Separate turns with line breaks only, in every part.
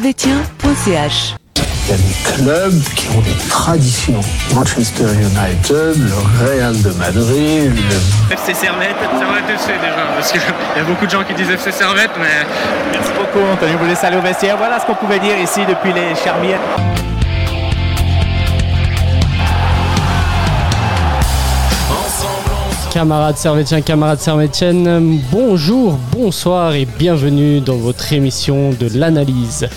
servetien.ch
Il y a des clubs qui ont des traditions. Manchester United, le Real de Madrid, le-
FC Servette. Servette FC déjà, parce qu'il y a beaucoup de gens qui disent FC Servette, mais
Merci beaucoup, Anthony. Vous laissez aller au vestiaire. Voilà ce qu'on pouvait dire ici depuis les Charmières.
Camarades servétiens, camarades servétiennes, bonjour, bonsoir et bienvenue dans votre émission de l'analyse.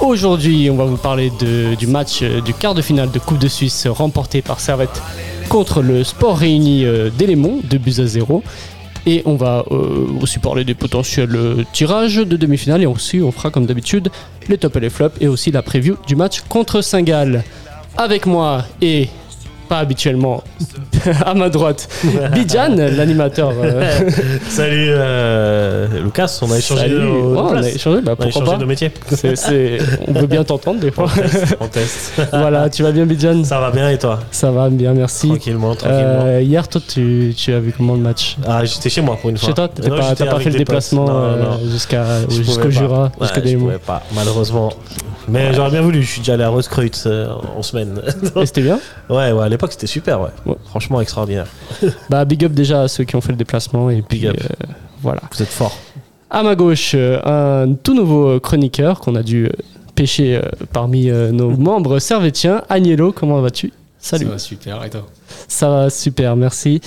Aujourd'hui, on va vous parler de- du match euh, du quart de finale de Coupe de Suisse remporté par Servette contre le Sport Réuni euh, d'Élémont, 2 buts à 0. Et on va euh, aussi parler des potentiels euh, tirages de demi-finale et aussi on fera comme d'habitude les tops et les flops et aussi la preview du match contre Saint-Gall. Avec moi et pas habituellement à ma droite, Bidjan, l'animateur. euh,
Salut euh, Lucas, on a échangé
Salut.
de
Oh, on a
place.
échangé, bah,
On a
pourquoi
échangé
pas
de métier.
C'est- c'est- On peut bien t'entendre des fois.
On teste.
voilà, tu vas bien, Bidjan
Ça va bien et toi
Ça va bien, merci.
Tranquillement, tranquillement.
Euh, hier, toi, tu, tu as vu comment le match
Ah, j'étais chez moi pour une fois.
Chez toi, t'as
Non,
pas,
j'étais
t'as pas
avec
fait le
des potes.
déplacement
Non, non,
euh,
non.
jusqu'à-
Je
jusqu'au
pouvais pas.
Jura,
Ouais,
jusqu'à
Je
Delémont.
pouvais pas, malheureusement. Mais j'aurais bien voulu, je suis déjà allé à Roscreut euh, en semaine.
Et c'était bien
ouais, ouais, à l'époque c'était super, ouais.
Ouais.
Franchement extraordinaire.
Bah, big up déjà à ceux qui ont fait le déplacement et puis
Big up.
euh, voilà.
Vous êtes forts.
À ma gauche, euh, un tout nouveau euh, chroniqueur qu'on a dû euh, pêcher euh, parmi euh, nos membres servétiens. Agnello, comment vas-tu Salut.
Ça va super, et toi
Ça va super, merci.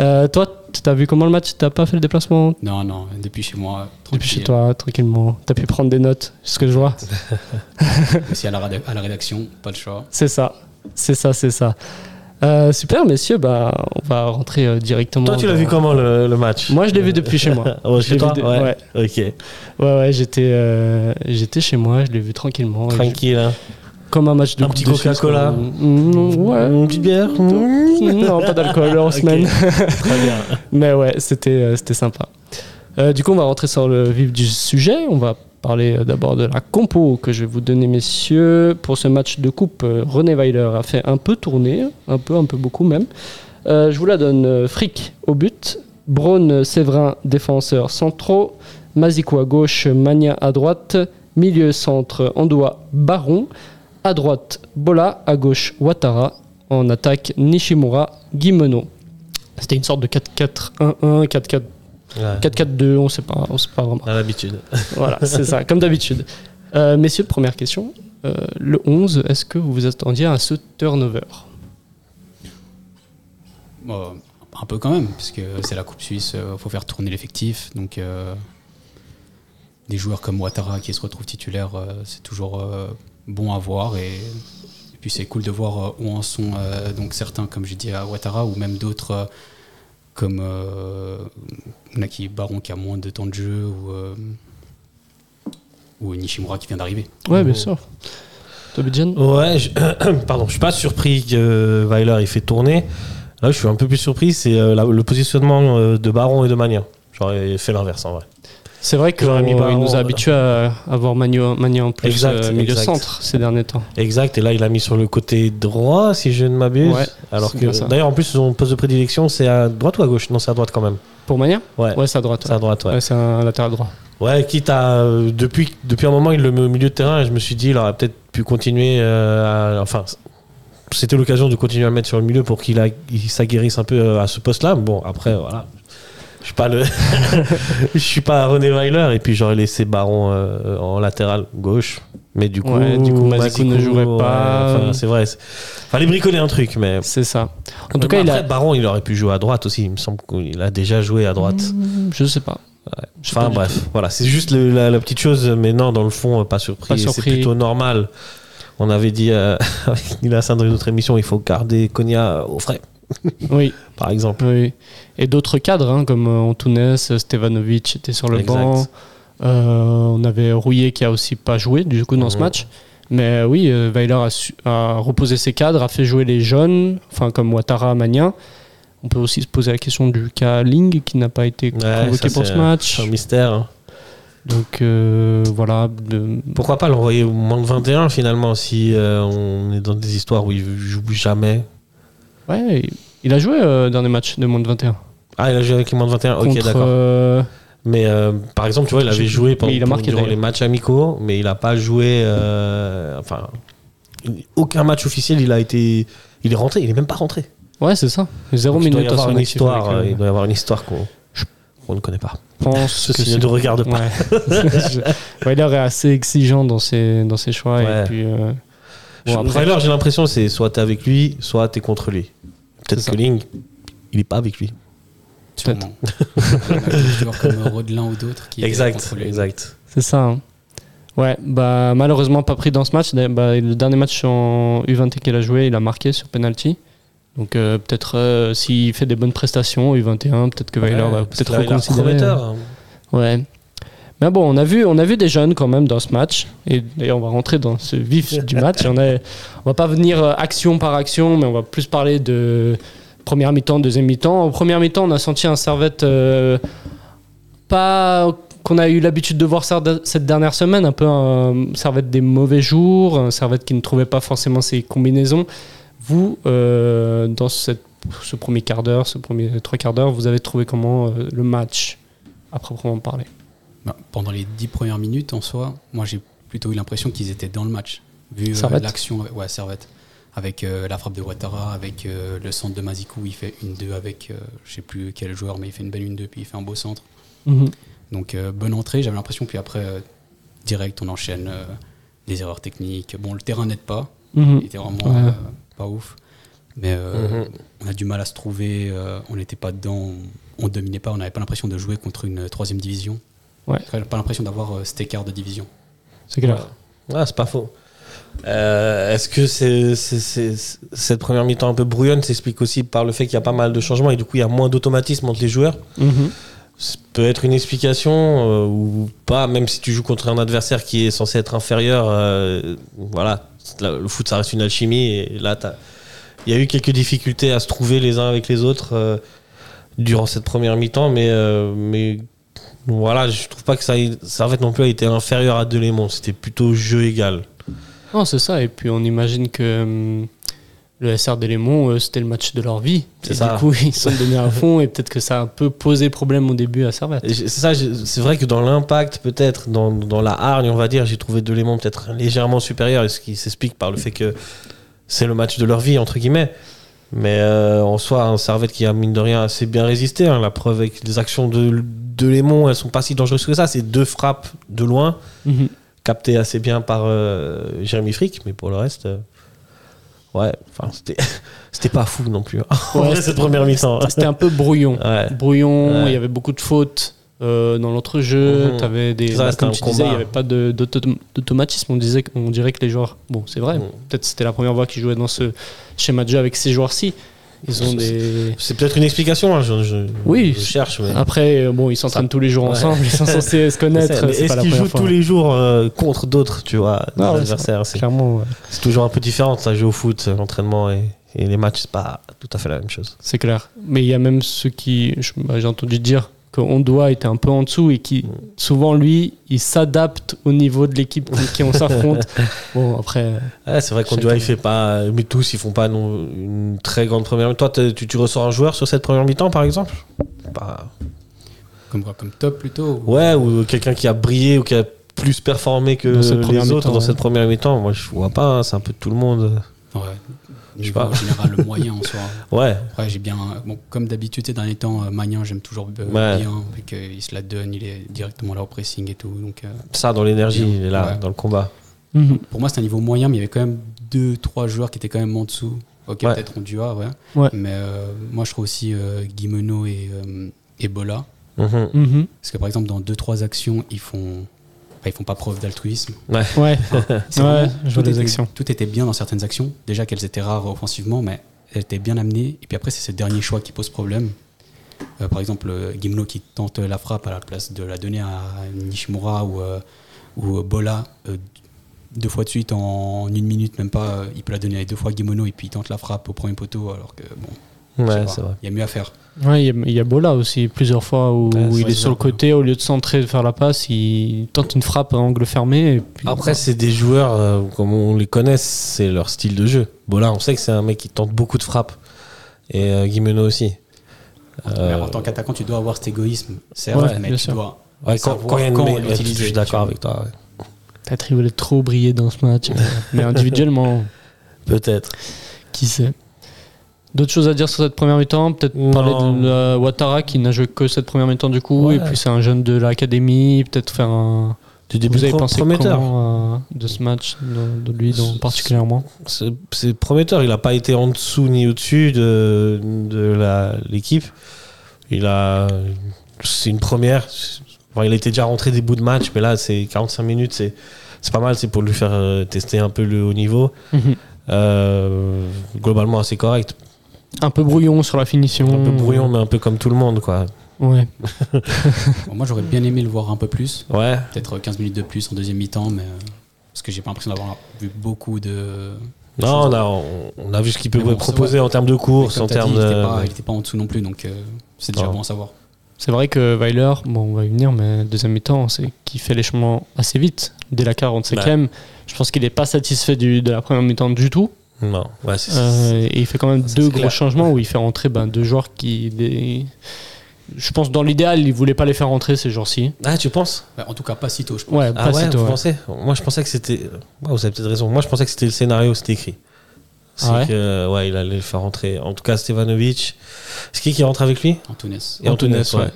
Euh, toi, tu t'as vu comment le match T'as pas fait le déplacement
Non, non, depuis chez moi.
depuis chez
tranquille.
toi, hein, tranquillement. T'as pu prendre des notes, c'est ce que je vois.
Aussi à la, rada- à la rédaction, pas le choix.
C'est ça, c'est ça, c'est ça. Euh, super, messieurs, bah, on va rentrer euh, directement.
Toi, tu l'as
dans-
vu comment le, le match
Moi, je l'ai vu depuis chez moi.
Oh,
Je l'ai
chez toi
vu de-
ouais.
ouais.
Ok.
Ouais, ouais, j'étais, euh, j'étais chez moi, je l'ai vu tranquillement. Et
Tranquille, hein.
je- Comme un match de
Un
Coupe
petit
de Suisse,
Coca-Cola.
quoi. Mm, ouais. Mm,
Une petite bière Mmh.
non, pas d'alcool en
Ok.
semaine.
Très bien.
Mais ouais, c'était euh, c'était sympa. Euh, du coup, on va rentrer sur le vif du sujet. On va parler euh, d'abord de la compo que je vais vous donner, messieurs. Pour ce match de coupe, euh, René Weiler a fait un peu tourner, un peu, un peu beaucoup même. Euh, je vous la donne euh, Frick au but, Braun, euh, Séverin, défenseur centraux, Mazico à gauche, Mania à droite, milieu centre, Andoua, Baron, à droite, Bola, à gauche, Ouattara, en attaque, Nishimura, Guimeno. C'était une sorte de 4-4-1-1, 4-4, Ah.
Ouais,
4-4-2, on sait pas, on sait pas vraiment.
On a l'habitude.
Voilà, c'est ça, comme d'habitude. Euh, messieurs, première question. Euh, le 11, est-ce que vous vous attendiez à ce turnover
Bon, un peu quand même, parce que c'est la Coupe Suisse, il faut faire tourner l'effectif. Donc, euh, des joueurs comme Ouattara qui se retrouvent titulaires, euh, c'est toujours euh, bon à voir. Et, et puis, c'est cool de voir euh, où en sont euh, donc certains, comme j'ai dit à Ouattara, ou même d'autres euh, comme euh, Naki Baron qui a moins de temps de jeu, ou, euh, ou Nishimura qui vient d'arriver.
Ouais, bien
Oh.
sûr. Oh. Toi, Bidjan
Ouais, je, pardon, je suis pas surpris que euh, Weiler il fait tourner. Là, où je suis un peu plus surpris, c'est euh, la- le positionnement euh, de Baron et de Mania. J'aurais fait l'inverse en vrai.
C'est vrai qu'il
J'aurais mis Baron,
nous a
voilà.
habitués à avoir Manu, Manu en plus
euh, Exact,
euh, milieu
exact.
centre ces derniers temps.
Exact, et là, il a mis sur le côté droit, si je ne m'abuse.
Ouais,
Alors
c'est bien ça.
que, d'ailleurs, en plus, son poste de prédilection, c'est à droite ou à gauche Non, c'est à droite quand même.
Pour Mania
Ouais,
Ouais, c'est à droite.
c'est à droite, ouais.
Ouais, c'est un latéral droit.
Ouais, quitte à. euh, Depuis, depuis un moment, il le met au milieu de terrain et je me suis dit, il aurait peut-être pu continuer euh, à- Enfin, c'était l'occasion de continuer à le mettre sur le milieu pour qu'il a- il s'aguerrisse un peu euh, à ce poste-là. Bon, après, voilà. Je suis pas le. Je suis pas René Weiler et puis j'aurais laissé Baron euh, en latéral gauche. Mais du coup,
Ouais, du coup, Mazikou ne jouerait
ouais,
pas.
enfin, c'est vrai. c'est- Fallait bricoler un truc, mais.
C'est ça. En tout
Mais
cas, il
après,
a.
Baron, il aurait pu jouer à droite aussi. Il me semble qu'il a déjà joué à droite.
Je sais pas. Je sais pas
Enfin
du
bref, voilà, c'est juste le- la, la petite chose, mais non, dans le fond, euh, pas surpris.
Pas
et
surpris.
C'est plutôt normal. On avait dit euh, avec Nilassin dans une autre émission, il faut garder Konya au frais,
Oui.
par exemple.
Oui. Et d'autres cadres, hein, comme euh, Antunes, euh, Stevanovic était sur le
Exact.
banc. Euh, on avait Rouillet qui a aussi pas joué du coup dans ce
Mhm.
match. Mais euh, oui, euh, Weiler a, su- a reposé ses cadres, a fait jouer les jeunes, enfin comme Ouattara, Magnin. On peut aussi se poser la question du cas Ling qui n'a pas été
Ouais,
convoqué
ça,
pour
c'est
ce
un-
match.
C'est un mystère. hein.
Donc euh, voilà. de-
Pourquoi pas l'envoyer au moins de 21 finalement, si euh, on est dans des histoires où il joue jamais.
Ouais, il a joué euh, dans les matchs de moins de 21.
Ah, il a joué avec les moins de 21, ok,
contre
d'accord.
euh,
Mais euh, par exemple, tu vois, il
Je sais
avait
plus.
joué pendant
Mais il a marqué,
durant
d'ailleurs.
les matchs amicaux, mais il n'a pas joué. euh, enfin, aucun match officiel, il a été. Il est rentré, il est même pas rentré.
Ouais, c'est ça. Zéro
Donc, il doit
minute hein, à
y avoir
son
une
actif
histoire.
avec
euh,
le-
Il doit y avoir une histoire qu'on
Je
qu'on ne connaît pas.
Je pense que
Ceci
c'est-
ne regarde pas.
Ouais. Je- Weiler est assez exigeant dans ses, dans ses choix.
Ouais.
Et puis, euh, bon,
Je-
après,
Weiler, j'ai l'impression c'est soit t'es avec lui, soit t'es contre lui.
C'est
Peut-être
ça.
que Ling, il est pas avec lui.
Peut-être.
sûrement. Il y en a des joueurs comme Rodelin ou d'autres qui étaient contre les-
exact.
c'est ça. hein. Ouais, bah, malheureusement pas pris dans ce match. D'ailleurs, bah, le dernier match en U20 qu'il a joué, il a marqué sur penalty. Donc euh, peut-être euh, s'il fait des bonnes prestations au U21, peut-être que Weiler va peut-être reconsidérer. hein.
hein.
Ouais. Mais bon, on a, vu, on a vu des jeunes quand même dans ce match. Et, et on va rentrer dans ce vif du match. On, est, on va pas venir euh, action par action, mais on va plus parler de première mi-temps, deuxième mi-temps. En première mi-temps, on a senti un servette euh, pas qu'on a eu l'habitude de voir ça de- cette dernière semaine. Un peu un servette des mauvais jours, un servette qui ne trouvait pas forcément ses combinaisons. Vous, euh, dans cette- ce premier quart d'heure, ce premier trois quarts d'heure, vous avez trouvé comment euh, le match à proprement parler
Bah, pendant les dix premières minutes, en soi, moi j'ai plutôt eu l'impression qu'ils étaient dans le match. Vu euh,
Servette
l'action, avec- ouais, Servette, avec euh, la frappe de Ouattara, avec euh, le centre de Mazikou, il fait une 2 avec euh, je sais plus quel joueur, mais il fait une belle une 2 puis il fait un beau centre.
Mhm.
Donc euh, bonne entrée, j'avais l'impression. Puis après, euh, direct, on enchaîne euh, des erreurs techniques. Bon, le terrain n'aide pas.
Mhm.
Mm.
Il était vraiment
Ouais.
euh, pas ouf. Mais euh, on a du mal à se trouver. euh, on n'était pas dedans. on- On dominait pas. On n'avait pas l'impression de jouer contre une euh, troisième division.
Ouais.
On n'avait Pas l'impression d'avoir euh, cet écart de division.
C'est clair.
Ah, c'est pas faux. Euh, Est-ce que c'est- c'est- c'est- cette première mi-temps un peu brouillonne s'explique aussi par le fait qu'il y a pas mal de changements et du coup il y a moins d'automatisme entre les joueurs
Mhm.
Ça peut être une explication euh, ou pas, même si tu joues contre un adversaire qui est censé être inférieur. euh, voilà, C'est- là, le foot ça reste une alchimie et là t'as- il y a eu quelques difficultés à se trouver les uns avec les autres euh, durant cette première mi-temps, mais, euh, mais voilà, je trouve pas que ça, Servette non plus a été inférieur à Delémont, c'était plutôt jeu égal.
Non, c'est ça. Et puis on imagine que hum, le SR Delémon, euh, c'était le match de leur vie.
C'est
Et
ça.
Du coup, ils se sont donnés à fond et peut-être que ça a un peu posé problème au début à Servette.
Et j'ai- C'est ça, j'ai- c'est vrai que dans l'impact, peut-être, dans, dans la hargne, on va dire, j'ai trouvé Delémont peut-être légèrement supérieur, et ce qui s'explique par le fait que c'est le match de leur vie, entre guillemets. Mais euh, en soi, un Servette qui a, mine de rien, assez bien résisté. hein. la preuve avec les actions de Delémont, elles sont pas si dangereuses que ça. C'est deux frappes de loin,
Mhm.
captées assez bien par euh, Jérémy Frick, mais pour le reste. euh, Ouais, enfin, c'était c'était pas fou non plus. En
Ouais,
vrai,
c'était-
cette première mi-temps.
C'était un peu brouillon.
Ouais.
Brouillon,
Ouais.
il y avait beaucoup de fautes. euh, dans l'entrejeu,
Mhm.
t'avais des.
Ça,
bah,
c'était
comme
un
tu disais, il n'y
combat.
avait pas de- d'auto- d'automatisme. On, disait, on dirait que les joueurs. Bon, c'est vrai,
Mhm.
peut-être c'était la première fois qu'ils jouaient dans ce schéma de jeu avec ces joueurs-ci. Ils ont des.
C'est peut-être une explication, hein, je, je-
Oui,
je cherche. Mais...
Après, euh, bon, ils s'entraînent tous les jours
Ouais.
ensemble, ils sont censés se
Mais
connaître.
c'est- mais
c'est pas
Est-ce
la
qu'ils
première
jouent
fois.
tous les jours euh, contre d'autres, tu vois,
Non,
des
ouais,
adversaires C'est
Clairement, ouais.
c'est toujours un peu différent, ça, jouer au foot, l'entraînement et, et les matchs, c'est pas tout à fait la même chose.
c'est clair. Mais il y a même ceux qui. je- bah, J'ai entendu dire qu'on doit était un peu en dessous et
Mm.
qui, souvent, lui, il s'adapte au niveau de l'équipe contre qui on s'affronte. Bon, après. euh,
Ouais, c'est vrai qu'on
Chacun.
doit, il fait pas, mais tous, ils font pas non- une très grande première mi-temps. Toi, t'es- tu, tu ressors un joueur sur cette première mi-temps, par exemple Pas-
Comme quoi, comme top plutôt.
Ouais, ou quelqu'un qui a brillé ou qui a plus performé que
Dans cette première
les autres
mi-temps,
dans
ouais.
cette première mi-temps Moi, je vois pas, hein, c'est un peu tout le monde.
Ouais.
Je sais
Niveau,
pas.
En général, le moyen en soi.
Ouais,
Après, j'ai bien. euh, Bon, comme d'habitude, ces derniers temps, euh, Magnin, j'aime toujours euh,
Ouais.
bien, vu qu'il se la donne, il est directement là au pressing et tout. Donc, euh,
ça, dans l'énergie, il est là,
Ouais.
dans le combat.
Mhm.
pour moi, c'est un niveau moyen, mais il y avait quand même deux, trois joueurs qui étaient quand même en dessous. Ok,
Ouais.
peut-être on dû ouais.
Ouais.
Mais euh, moi, je trouve aussi euh, Guimeno et euh, Ebola.
Mhm.
Mhm.
Parce que par exemple, dans deux, trois actions, ils font. enfin, ils font pas preuve d'altruisme.
Ouais,
C'est
Ouais,
vraiment-
je vois
tout
les
était-
actions.
Tout était bien dans certaines actions. Déjà qu'elles étaient rares offensivement, mais elles étaient bien amenées. Et puis après, c'est ce dernier choix qui pose problème. Euh, par exemple, euh, Gimlo qui tente la frappe à la place de la donner à Nishimura ou, euh, ou euh, Bola euh, deux fois de suite en une minute, même pas. euh, il peut la donner deux fois à Gimono et puis il tente la frappe au premier poteau. Alors que bon, je sais
Ouais,
pas,
c'est vrai.
il y a mieux à faire.
Ouais, il y a- il y, a Bola aussi, plusieurs fois où,
Ouais, c'est
il est
vrai,
sur le
c'est vrai.
côté, au lieu de centrer, de faire la passe, il tente une frappe à angle fermé. Et puis,
Après, c'est des joueurs, euh, comme on les connaît, c'est leur style de jeu. Bon, là, on sait que c'est un mec qui tente beaucoup de frappes. Et euh, Guimeno aussi. Euh,
Mais en tant qu'attaquant, tu dois avoir cet égoïsme, certes,
Ouais,
mais
bien
tu
sûr.
dois
Ouais, quand,
Savoir
quand il y a une
quand
mêlée, ouais,
l'utiliser,
je suis
tu vois.
d'accord avec toi. ouais.
Peut-être il voulait trop briller dans ce match. mais individuellement,
Peut-être.
qui sait D'autres choses à dire sur cette première mi-temps Peut-être
Non.
parler de la Ouattara qui n'a joué que cette première mi-temps du coup.
Ouais.
Et puis c'est un jeune de l'académie. Peut-être faire un.
Du début
Vous avez
pro-
pensé
prometteur.
comment euh, de ce match, de, de lui dont
C'est-
particulièrement
C'est- C'est prometteur. Il n'a pas été en dessous ni au-dessus de, de la- l'équipe. Il a. C'est une première. Enfin, il était déjà rentré des bouts de match, mais là, c'est 45 minutes. C'est c'est pas mal. C'est pour lui faire euh, tester un peu le haut niveau.
Mhm.
Euh, globalement, assez correct.
Un peu brouillon sur la finition.
Un peu
Mhm.
brouillon, mais un peu comme tout le monde, quoi.
Ouais.
Bon, moi, j'aurais bien aimé le voir un peu plus.
Ouais.
Peut-être 15 minutes de plus en deuxième mi-temps, mais. euh, Parce que j'ai pas l'impression d'avoir vu beaucoup de.
Non,
choses.
on a, on- on a vu ce qu'il peut
Mais bon,
proposer
c'est
en termes de
Mais
course,
comme
en
t'as
termes
dit, Il était
de.
pas, il était pas en dessous non plus, donc euh, c'est déjà
Non.
bon à savoir.
C'est vrai que Weiler, bon, on va y venir, mais deuxième mi-temps, c'est qu'il fait les chemins assez vite. Dès la 45e, je pense qu'il n'est pas satisfait du, de la première mi-temps du tout.
Non, ouais, c'est-
Euh, et il fait quand même
c'est
deux
clair.
gros changements où il fait rentrer ben, deux joueurs qui. des- Je pense dans l'idéal, il voulait pas les faire rentrer ces jours-ci.
Ah, tu penses
Bah, en tout cas, pas si tôt, je pense.
Ouais,
Ah
pas
ouais,
si tôt,
vous
ouais.
pensez Moi, je pensais que c'était. Waouh, vous avez peut-être raison. Moi, je pensais que c'était le scénario, c'était écrit. C'est
Ah ouais
que, ouais, il allait le faire rentrer. En tout cas, Stevanovic. C'est qui qui rentre avec lui
Antunes.
Et Antunes,
Antunes, ouais.
ouais.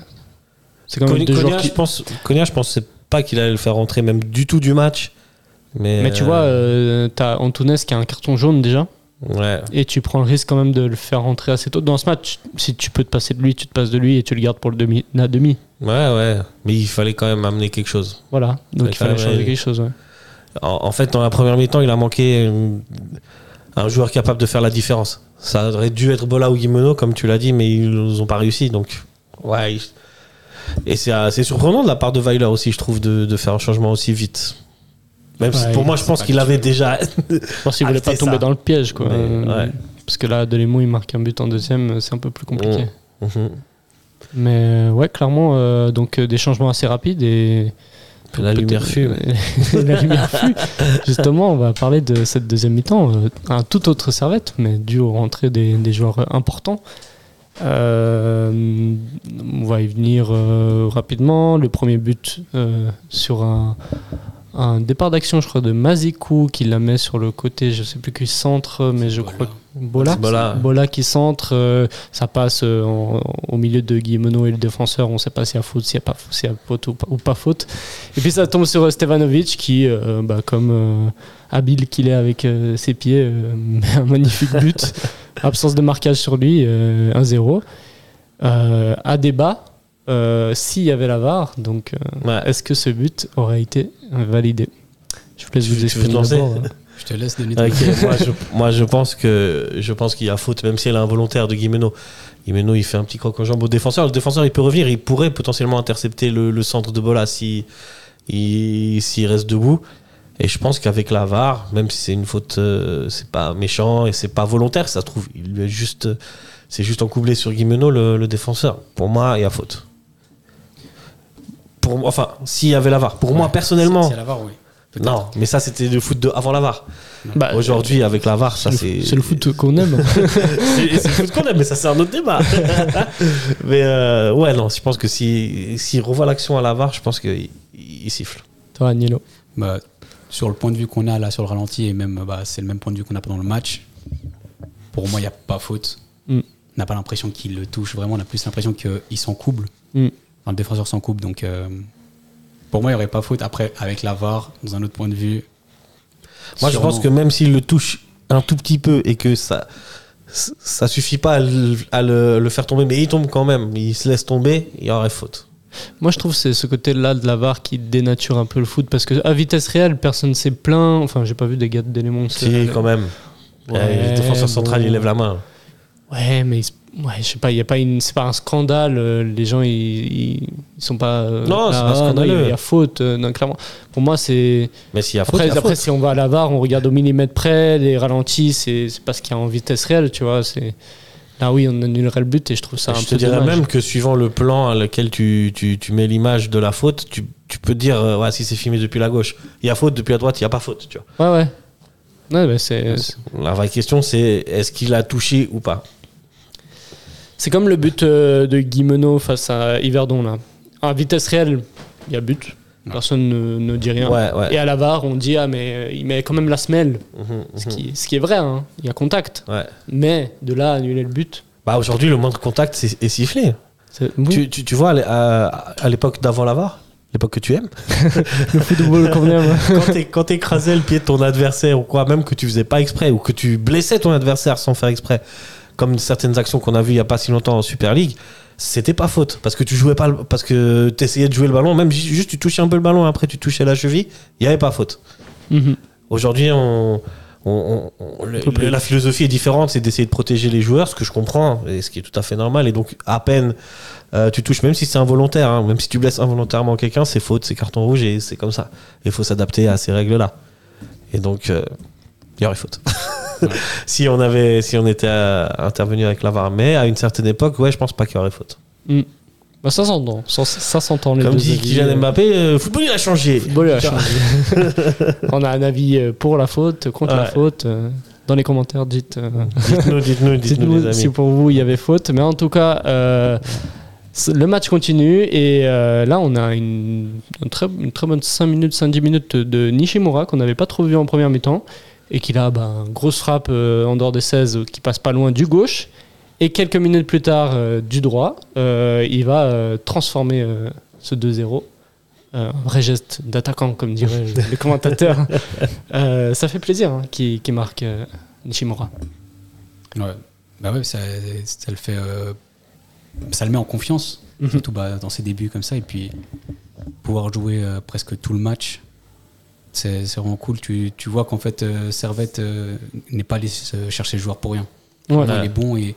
C'est quand même deux
Konya,
joueurs qui.
je pense, Konya, je pensais pas qu'il allait le faire rentrer, même du tout du match. Mais,
Mais tu vois, euh, t'as Antunes qui a un carton jaune déjà,
Ouais.
et tu prends le risque quand même de le faire rentrer assez tôt. Dans ce match, si tu peux te passer de lui, tu te passes de lui et tu le gardes pour le demi, la demi.
Ouais, ouais. Mais il fallait quand même amener quelque chose.
Voilà, donc
Ouais,
il fallait
quand même,
changer
ouais.
quelque chose. ouais.
En, en fait, dans la première mi-temps, il a manqué euh, un joueur capable de faire la différence. Ça aurait dû être Bola ou Guimeno, comme tu l'as dit, mais ils n'ont pas réussi. Donc, ouais. ils- Et c'est assez surprenant de la part de Weiler aussi, je trouve, de, de faire un changement aussi vite. Même si
Ouais,
pour moi, je pense
pas
qu'il
que
avait
tu veux.
déjà.
Je pense qu'il voulait pas
Arrêtez
tomber
ça.
dans le piège, quoi.
Mais,
Euh,
ouais.
Parce que là, Delémont, il marque un but en deuxième, c'est un peu plus compliqué.
Mhm.
Mais euh, ouais, clairement, euh, donc euh, des changements assez rapides et.
La lumière fut. ouais.
La lumière fut. Justement, on va parler de cette deuxième mi-temps. euh, un tout autre servette, mais dû aux rentrées des, des joueurs euh, importants. Euh, on va y venir euh, rapidement. Le premier but euh, sur un, un départ d'action, je crois, de Mazikou qui la met sur le côté, je sais plus qui centre, mais je
Voilà.
crois que Bola.
C'est Bola.
Bola qui centre, euh, ça passe euh, en- au milieu de Guillemonot et le défenseur. On ne sait pas s'il y a faute, s'il n'y a pas faute, s'il y a faute ou pas, ou pas faute. Et puis ça tombe sur euh, Stevanovic qui, euh, bah, comme euh, habile qu'il est avec euh, ses pieds, euh, met un magnifique but. Absence de marquage sur lui, euh, 1-0. Euh, à débat, euh, s'il y avait la VAR, donc euh,
Ouais.
est-ce que ce but aurait été euh, validé Je vous laisse
Tu veux-
vous
tu veux
exprimer
te lancer
d'abord. euh.
Je te laisse donner ton
Ok, moi, je, moi, je pense que je pense qu'il y a faute, même si elle est involontaire de Guimeno. Guimeno, il fait un petit croc en jambe au défenseur. Le défenseur, il peut revenir, il pourrait potentiellement intercepter le, le centre de Bola si il, s'il reste debout. Et je pense qu'avec la VAR, même si c'est une faute, euh, c'est pas méchant et c'est pas volontaire, ça se trouve, il lui a juste, c'est juste encoublé sur Guimeno le, le défenseur. Pour moi, il y a faute. Pour, moi- enfin, s'il y avait la VAR. Pour moi, personnellement.
C'est à la VAR, oui. Peut-être.
Non, mais ça c'était le foot de avant la VAR.
Bah,
Aujourd'hui, avec la VAR, ça c'est.
C'est le foot qu'on aime. hein.
C'est c'est le foot qu'on aime, mais ça c'est un autre débat. mais euh, ouais, non, je pense que si- s'il revoit l'action à la VAR, je pense qu'il il siffle.
Toi, Agnello.
Bah, sur le point de vue qu'on a là sur le ralenti, et même bah, c'est le même point de vue qu'on a pendant le match, pour moi, il n'y a pas faute.
Mm.
On n'a pas l'impression qu'il le touche vraiment, on a plus l'impression qu'il s'en couple.
Mm.
Enfin, le défenseur s'en couple, donc euh, pour moi, il n'y aurait pas faute. Après, avec la VAR, dans un autre point de vue.
Moi, je
sûrement.
pense que même s'il le touche un tout petit peu et que ça ça suffit pas à le, à le- le faire tomber, mais il tombe quand même, il se laisse tomber, il y aurait faute.
Moi, je trouve que c'est ce côté-là de la VAR qui dénature un peu le foot parce que à vitesse réelle, personne s'est plaint. Enfin, j'ai pas vu des gars de Délémont. se-
Si, quand même.
Ouais,
Euh, le défenseur central,
bon.
il lève la main.
Ouais, mais ils se- ouais, je sais pas, il y a pas une, c'est pas un scandale. euh, Les gens, ils, ils ils sont pas. euh,
Non, c'est
ah,
pas scandaleux.
non, Il y a faute, euh, non, clairement. Pour moi, c'est.
Mais s'il y a faute,
Après,
il y a
après
faute.
si on va à la VAR, on regarde au millimètre près, les ralentis, c'est c'est pas ce qu'il y a en vitesse réelle, tu vois. C'est là, oui, on annulerait le but et je trouve ça un
je
peu
te dirais
dommage.
même que suivant le plan à lequel tu, tu, tu mets l'image de la faute, tu, tu peux te dire euh, ouais, si c'est filmé depuis la gauche, il y a faute, depuis la droite, il n'y a pas faute. Tu vois.
Ouais, ouais. Ouais, bah, c'est.
La vraie question, c'est est-ce qu'il a touché ou pas
C'est comme le but euh, de Guimeno face à Yverdon là. À vitesse réelle, il y a but. Personne ne, ne dit rien.
Ouais, ouais.
Et à la VAR, on dit, ah, mais euh, il met quand même la semelle.
Mhm,
Ce qui, ce qui est vrai, hein. il y a contact.
ouais.
Mais de là à annuler le but.
Bah aujourd'hui, le moindre contact c'est- est sifflé.
c'est-
Tu, tu, tu vois, à l'é- à, à l'époque d'avant la VAR, l'époque que tu aimes,
le football qu'on aime.
quand t'é- quand t'écrasais le pied de ton adversaire ou quoi, même que tu faisais pas exprès ou que tu blessais ton adversaire sans faire exprès, comme certaines actions qu'on a vues il y a pas si longtemps en Super League, c'était pas faute parce que tu jouais pas, le- parce que t'essayais de jouer le ballon, même ju- juste tu touchais un peu le ballon, après tu touchais la cheville, il y avait pas faute.
Mhm.
Aujourd'hui, on, on- on- on- le- le- la philosophie est différente, c'est d'essayer de protéger les joueurs, ce que je comprends, et ce qui est tout à fait normal. Et donc, à peine euh, tu touches, même si c'est involontaire, hein, même si tu blesses involontairement quelqu'un, c'est faute, c'est carton rouge, et c'est comme ça. Il faut s'adapter à ces règles-là. Et donc, euh, il y aurait faute. si, on avait, si on était euh, intervenu avec la VAR. Mais à une certaine époque, ouais, je pense pas qu'il y aurait faute.
Bah, ça s'entend. Ça, ça s'entend les
Comme
deux
dit
avis.
Kylian Mbappé, euh, football, il a changé.
Football, il a changé. On a un avis euh, pour la faute, contre la
Ouais.
faute. euh, Dans les commentaires, dites. euh,
Dites-nous, dites-nous, dites-nous,
Dites-nous
les amis.
si pour vous il y avait faute, mais en tout cas, euh, c- le match continue et euh, là on a une, une très, une très bonne 5 minutes, 5-10 minutes de Nishimura qu'on n'avait pas trop vu en première mi-temps et qu'il a ben, une grosse frappe euh, en dehors des 16 euh, qui passe pas loin du gauche et quelques minutes plus tard euh, du droit, euh, il va euh, transformer euh, ce 2-0. Euh, un vrai geste d'attaquant, comme dirait le commentateur. Euh, ça fait plaisir hein, qu'il qu'il marque euh, Nishimura.
Ouais. Bah ouais, ça, ça le fait. euh, ça le met en confiance,
Mhm.
surtout bah, dans ses débuts comme ça. Et puis, pouvoir jouer euh, presque tout le match, c'est c'est vraiment cool. Tu, tu vois qu'en fait, euh, Servette euh, n'est pas allé se chercher le joueur pour rien.
Ouais.
Il est bon et.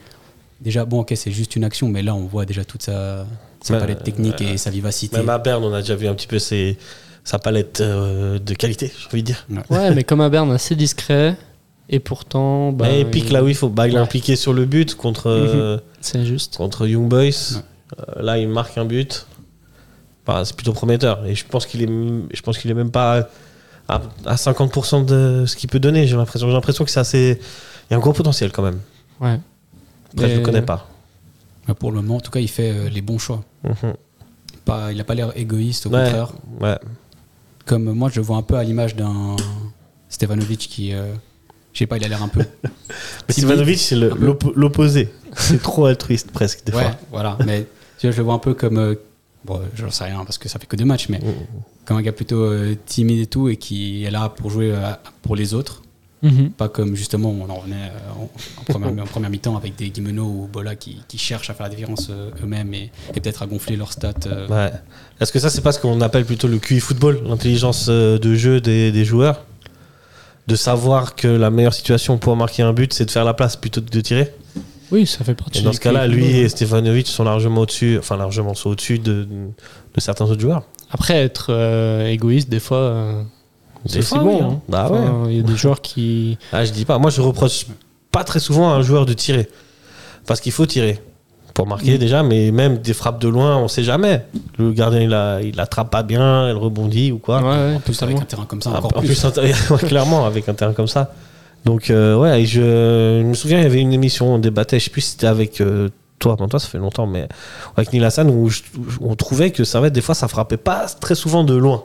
Déjà, bon, ok, c'est juste une action, mais là, on voit déjà toute sa,
Bah,
sa
Ouais,
palette technique
euh,
et sa vivacité.
Même à Berne, on a déjà vu un petit peu ses- sa palette euh, de qualité, j'ai envie de dire.
Ouais, mais comme à Berne, assez discret. Et pourtant, bah,
mais il pique là où il faut. Bah, il a
ouais.
un piqué sur le but contre, euh,
c'est juste.
contre Young Boys.
Ouais.
Euh, là, il marque un but. Bah, c'est plutôt prometteur. Et je pense qu'il est, m- je pense qu'il est même pas à, à 50% de ce qu'il peut donner, j'ai l'impression. J'ai l'impression que c'est assez. Il y a un gros potentiel quand même.
Ouais.
Après, je
Mais-
le connais pas.
Mais Pour le moment, en tout cas, il fait euh, les bons choix.
Mhm.
Pas, il n'a pas l'air égoïste, au
Ouais.
contraire.
Ouais.
Comme moi, je le vois un peu à l'image d'un Stevanovic qui. euh, je sais pas, il a l'air un peu.
Mais
timide.
Sivanovic, c'est le-
Un peu.
l'oppo- l'opposé. c'est trop altruiste presque, des
Ouais,
fois.
voilà. Mais tu vois, je le vois un peu comme. euh, bon, j'en sais rien parce que ça fait que deux matchs,
Mmh,
mais comme un gars plutôt euh, timide et tout et qui est là pour jouer euh, pour les autres.
euh, mhm.
Pas comme justement, on en revenait euh, en, en première, en première mi-temps avec des Guimeno ou Bola qui, qui cherchent à faire la différence euh, eux-mêmes et, et peut-être à gonfler leurs stats. euh,
Ouais. Est-ce que ça, c'est pas ce qu'on appelle plutôt le QI football, l'intelligence euh, de jeu des, des joueurs De savoir que la meilleure situation pour marquer un but, c'est de faire la place plutôt que de tirer
Oui, ça fait partie.
Et dans
du
ce cas-là,
club.
lui et Stefanovic sont largement au-dessus, enfin largement sont au-dessus de, de certains autres joueurs.
Après, être euh, égoïste, des fois, euh, c'est
Des
aussi
fois,
bon.
oui, hein.
hein.
Bah ouais.
Enfin, Il y a des joueurs qui.
Ah, je dis pas. Moi, je reproche pas très souvent à un joueur de tirer. Parce qu'il faut tirer. Pour
Mm.
marquer déjà, mais même des frappes de loin, on sait jamais. Le gardien, il, a- il attrape pas bien, elle rebondit ou quoi.
Ouais, ouais,
en plus, avec
totalement.
un terrain comme ça,
Ah,
encore
en
plus.
plus, un terrain- ouais, clairement, avec un terrain comme ça. Donc, euh, ouais, et je, je me souviens, il y avait une émission, on débattait, je sais plus si c'était avec euh, toi, non, toi, ça fait longtemps, mais avec Neil Hassan, où, je- où on trouvait que ça des fois, ça frappait pas très souvent de loin.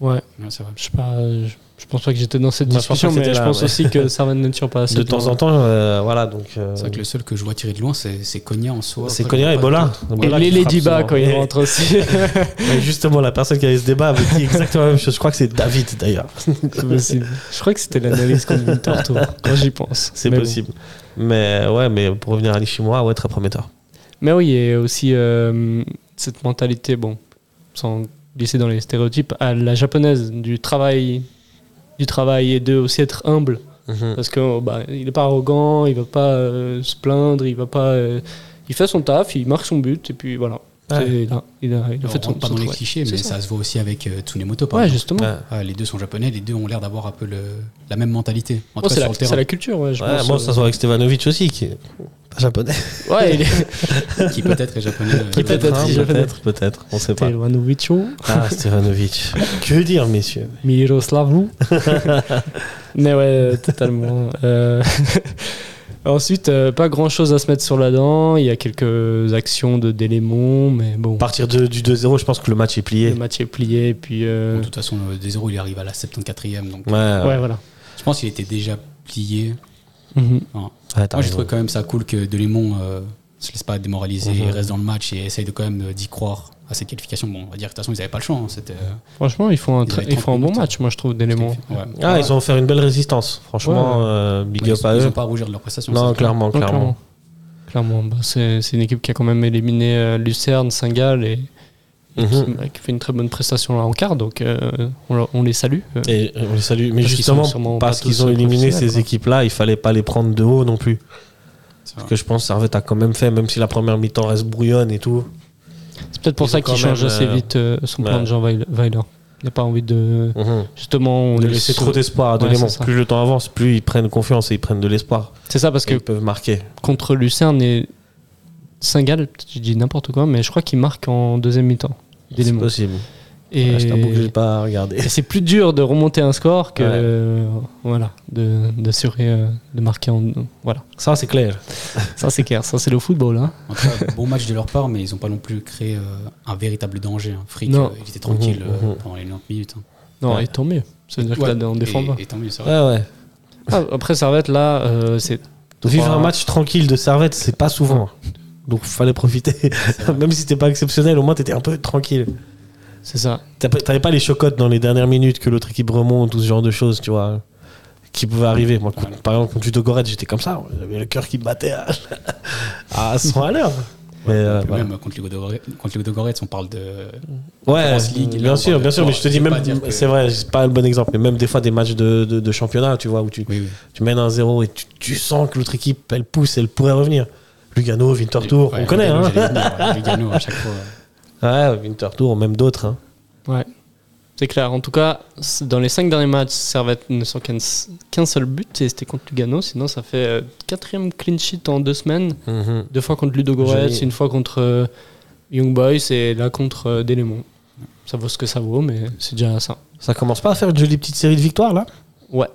Ouais,
Ouais, c'est vrai.
je sais pas. euh, Je je pense pas que j'étais dans cette
Moi, je pense
discussion,
pas que
mais
t'étais
je
là,
pense
ouais.
aussi que Servan ne tire pas assez.
de temps en temps, euh, voilà, donc. euh,
C'est vrai que le seul que je vois tirer de loin, c'est c'est Konya en soi.
c'est
Après, je
Konya et
vois pas
Bola.
d'autres.
Et
Bola
les
qui frappe
Lady Bas
souvent.
quand il
Et-
rentre aussi.
et justement, la personne qui avait ce débat avait dit exactement la même chose. Je crois que c'est David d'ailleurs.
C'est possible. Je crois que c'était l'analyse qu'on me tourne quand j'y pense.
C'est
Mais bon.
possible. Mais ouais, mais pour revenir à Nishimura, ouais, très prometteur.
Mais oui, et aussi euh, cette mentalité, bon, sans glisser dans les stéréotypes, à la japonaise, du travail, du travail et de aussi être humble.
Mhm.
Parce que oh, bah, il n'est pas arrogant, il va pas euh, se plaindre, il va pas. euh, il fait son taf, il marque son but, et puis voilà.
Ouais.
C'est là, il a, il a
On
fait
rentre
son,
pas
son
dans les
travail.
clichés,
C'est
mais
ça.
ça. se voit aussi avec euh, Tsunemoto. Par
Ouais,
exemple.
justement.
Ouais.
Ah, les deux sont japonais, les deux ont l'air d'avoir un peu le- la même mentalité. En
Bon,
tout
Oh, c'est
cas,
la,
sur le
c'est la
terrain,
culture, ouais, je
Ouais,
pense. euh,
moi, ça se voit avec Stevanovic aussi, qui est pas japonais.
Ouais, il est.
qui peut-être est japonais. euh,
Qui peut-être,
Hein,
si japonais.
peut-être, peut-être, on sait pas.
Telwanovicho.
Ah, Stevanovic. que dire, messieurs
Miroslavu. Mais ouais, euh, totalement. Euh, Ensuite, euh, pas grand chose à se mettre sur la dent. Il y a quelques actions de Délémon, mais bon.
À partir de- du 2-0, je pense que le match est
Le
plié.
match est plié, et puis. euh,
De toute façon, le 2-0, il arrive à la 74e. Donc,
Ouais,
Ouais, voilà.
je pense qu'il était déjà plié.
Mhm.
Ouais, t'as
Moi, j'ai
raison.
trouvé quand même ça cool que Delémon euh, se laisse pas démoraliser,
Mhm.
Mm-hmm.
reste dans le match et essaye de quand même euh, d'y croire à cette qualification. Bon, on va dire que de toute façon, ils n'avaient pas le choix. hein, C'était euh,
Franchement, ils font un,
Ils
très-
avaient
ils font un bon
30
match, moi, je trouve, Délémon.
ouais.
Ah, ils ont fait une belle résistance. Franchement,
Ouais.
euh, big
Ouais,
up
ils
à
n'ont
eux.
pas à rougir de leur prestation.
Non,
ça.
clairement,
Non,
clairement.
Clairement, bah, c'est c'est une équipe qui a quand même éliminé euh, Lucerne, Saint-Gall et et qui,
Mhm.
qui fait une très bonne prestation là en quart, donc euh, on, leur- on les salue. euh.
Et euh, on les salue. Mais
Parce qu'ils
justement,
sont sûrement
parce
pas
qu'ils
tous
ont éliminé
professionnels, hein.
ces
quoi.
équipes-là, il fallait pas les prendre de haut non plus.
C'est
Parce
vrai.
que je pense que Servette a quand même fait, même si la première mi-temps reste brouillonne et tout.
C'est peut-être pour
Ils ont
ça qu'il
quand
change
même,
assez
euh,
vite euh, son
ouais.
plan de Jean Weil- Weiler. Il n'a pas envie de.
Mhm.
Justement, on
On a
les
laissé trop d'espoir à
Ouais,
Delémont.
c'est ça.
plus le temps avance, plus ils prennent confiance et ils prennent de l'espoir.
C'est ça parce
Parce qu'ils
que
peuvent marquer.
contre Lucerne et Saint-Gall, peut-être que je dis n'importe quoi, mais je crois qu'il marque en deuxième mi-temps.
C'est
Délémon.
possible.
Et
Ouais, je t'avoue que j'ai pas regardé.
et c'est plus dur de remonter un score que
Ouais.
euh, voilà de- d'assurer euh, de marquer en voilà.
Ça, c'est clair.
Ça c'est clair, ça c'est le football hein.
En tout cas, bon match de leur part, mais ils n'ont pas non plus créé euh, un véritable danger. hein. Frick,
Non.
euh, il était tranquille
Mhm,
euh,
mhm.
pendant les 90 minutes. hein.
Non,
Ouais.
et tant mieux. Ça veut dire
Ouais,
que là on
et-
défend pas.
Et, tant mieux, c'est vrai.
Ouais, ouais.
Ah, après Servette là euh, c'est
Vivre
Trois.
un match tranquille de Servette, c'est pas souvent. Donc fallait profiter.
vrai.
Même si c'était pas exceptionnel, au moins t'étais un peu tranquille.
c'est ça.
T'as pas- T'avais pas les chocottes dans les dernières minutes que l'autre équipe remonte ou ce genre de choses, tu vois, qui pouvaient arriver. Moi, quand- par exemple, contre Goretz, j'étais comme ça. J'avais le cœur qui me battait à, à 100 à l'heure. Mais, euh,
Puis
voilà.
Même euh, contre les Ludogorets- contre les Ludogorets, on parle de.
Ouais,
Conference League, là,
bien
on
sûr,
parle
bien
de
sûr, mais
sport.
je te dis
Je veux
même,
pas dire que-
c'est vrai, c'est pas le bon exemple, mais même des fois des matchs de, de- de championnat, tu vois, où tu,
Oui, oui.
tu mènes un 0 et tu, tu sens que l'autre équipe, elle pousse, elle pourrait revenir. Lugano, Winterthur,
Ouais,
on connaît,
Lugano,
hein.
j'allais dire, ouais, Lugano, à chaque fois. euh,
Ouais, Winterthur, même d'autres. Hein.
Ouais. C'est clair. En tout cas, c- dans les cinq derniers matchs, Servette ne sort qu'un s- qu'un seul but et c'était contre Lugano. Sinon, ça fait euh, quatrième clean sheet en deux semaines.
Mmh.
Deux fois contre Ludogorets,
Joli.
une fois contre euh, Young Boys et là contre euh, Delémont. Ça vaut ce que ça vaut, mais c'est déjà ça.
Ça commence pas à faire une jolie petite série de victoires, là
Ouais,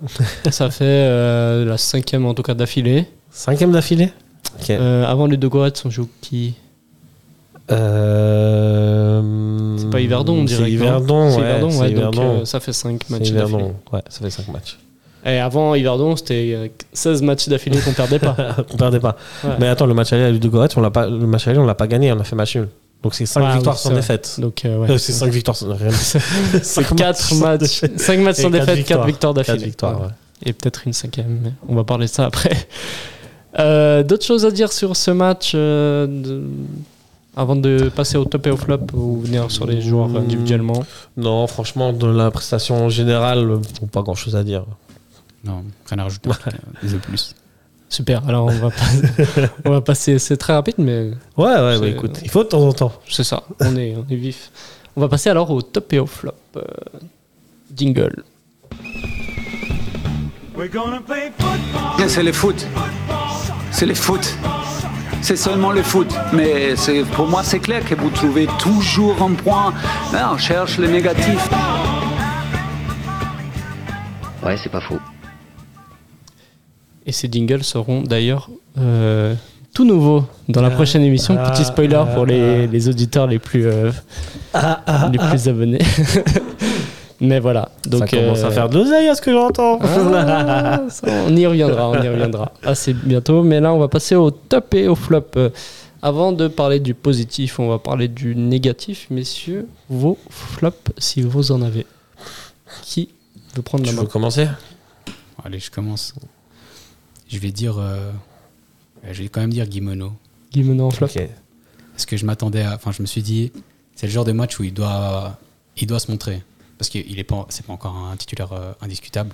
ça fait euh, la cinquième en tout cas d'affilée.
Cinquième d'affilée Ok.
Euh, avant Ludogorets, on joue qui
Euh,
C'est pas Yverdon, on dirait.
C'est
non
Yverdon,
C'est
ouais.
Yverdon,
c'est
ouais, donc
Yverdon.
euh, ça fait cinq
C'est
matchs
Yverdon,
d'affilée.
ouais, ça fait 5 matchs.
Et avant Yverdon, c'était euh, 16 matchs d'affilée qu'on perdait pas.
on perdait pas.
Ouais.
Mais attends, le match aller à Ludogorets, on l'a pas, le match aller, on l'a pas gagné, on a fait match nul. Donc c'est 5
Ah oui,
victoires
c'est
sans
vrai.
défaite.
Donc, euh, ouais.
Euh, c'est 5 victoires sans rien.
C'est 4 matchs, 5 matchs sans défaite, 4 victoires d'affilée. Voilà. Et peut-être une cinquième, mais on va parler de ça après. Euh, D'autres choses à dire sur ce match euh, de- avant de passer au top et au flop ou venir sur les joueurs
Hmm.
individuellement
Non, franchement, de la prestation générale, euh, pas grand chose à dire.
Non, rien à rajouter. Ils ont plus.
Super, alors on va, pas- on va passer, c'est très rapide, mais
Ouais, ouais,
C'est-
bah, écoute, il faut de temps en temps.
c'est ça, on est, on est vif. On va passer alors au top et au flop. Euh, jingle.
Mais C'est le foot. C'est le foot. C'est seulement le foot. Mais c'est- pour moi, c'est clair que vous trouvez toujours un point. Hein, on cherche le négatif.
Ouais, c'est pas faux.
Et ces jingles seront d'ailleurs euh, tout nouveaux dans la
Ah,
prochaine émission.
ah,
Petit spoiler
ah,
pour les,
ah.
les auditeurs les plus, euh, les plus abonnés. Mais voilà. Donc,
ça commence
euh,
à faire de l'oseille à ce que j'entends.
ah, ça, on y reviendra, on y reviendra assez bientôt. Mais là, on va passer au top et au flop. Euh, Avant de parler du positif, on va parler du négatif. Messieurs, vos flops, si vous en avez. Qui veut prendre
tu
la
veux
main
commencer
Allez, je commence. Je vais dire. euh, euh, je vais quand même dire Guimeno.
Guy Menon en flop
Ok.
Parce que je m'attendais à. Enfin, je me suis dit, c'est le genre de match où il doit, il doit se montrer. Parce que il est pas, c'est pas encore un titulaire euh, indiscutable.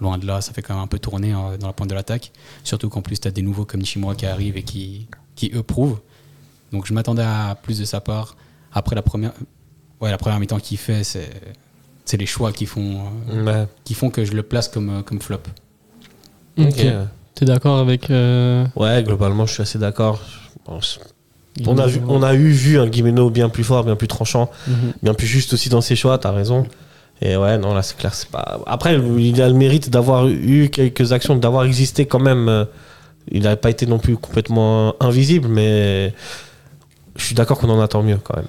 Loin de là, ça fait quand même un peu tourner hein, dans la pointe de l'attaque. Surtout qu'en plus, tu as des nouveaux comme Nishimura qui arrivent et qui, qui eux prouvent. Donc je m'attendais à plus de sa part. Après la première, ouais, la première mi-temps qu'il fait, c'est, c'est les choix qui font, euh,
Ouais.
qui font que je le place comme, euh, comme flop.
Ok. T'es d'accord avec. euh,
Ouais, globalement, je suis assez d'accord. Je pense-
Guy
On a,
Menon
vu, on a eu vu un Guimeno bien plus fort, bien plus tranchant,
Mhm.
bien plus juste aussi dans ses choix, t'as raison. Et ouais, non, là, c'est clair, c'est pas. Après, il a le mérite d'avoir eu quelques actions, d'avoir existé quand même euh, Il n'a pas été non plus complètement invisible, mais je suis d'accord qu'on en attend mieux quand même.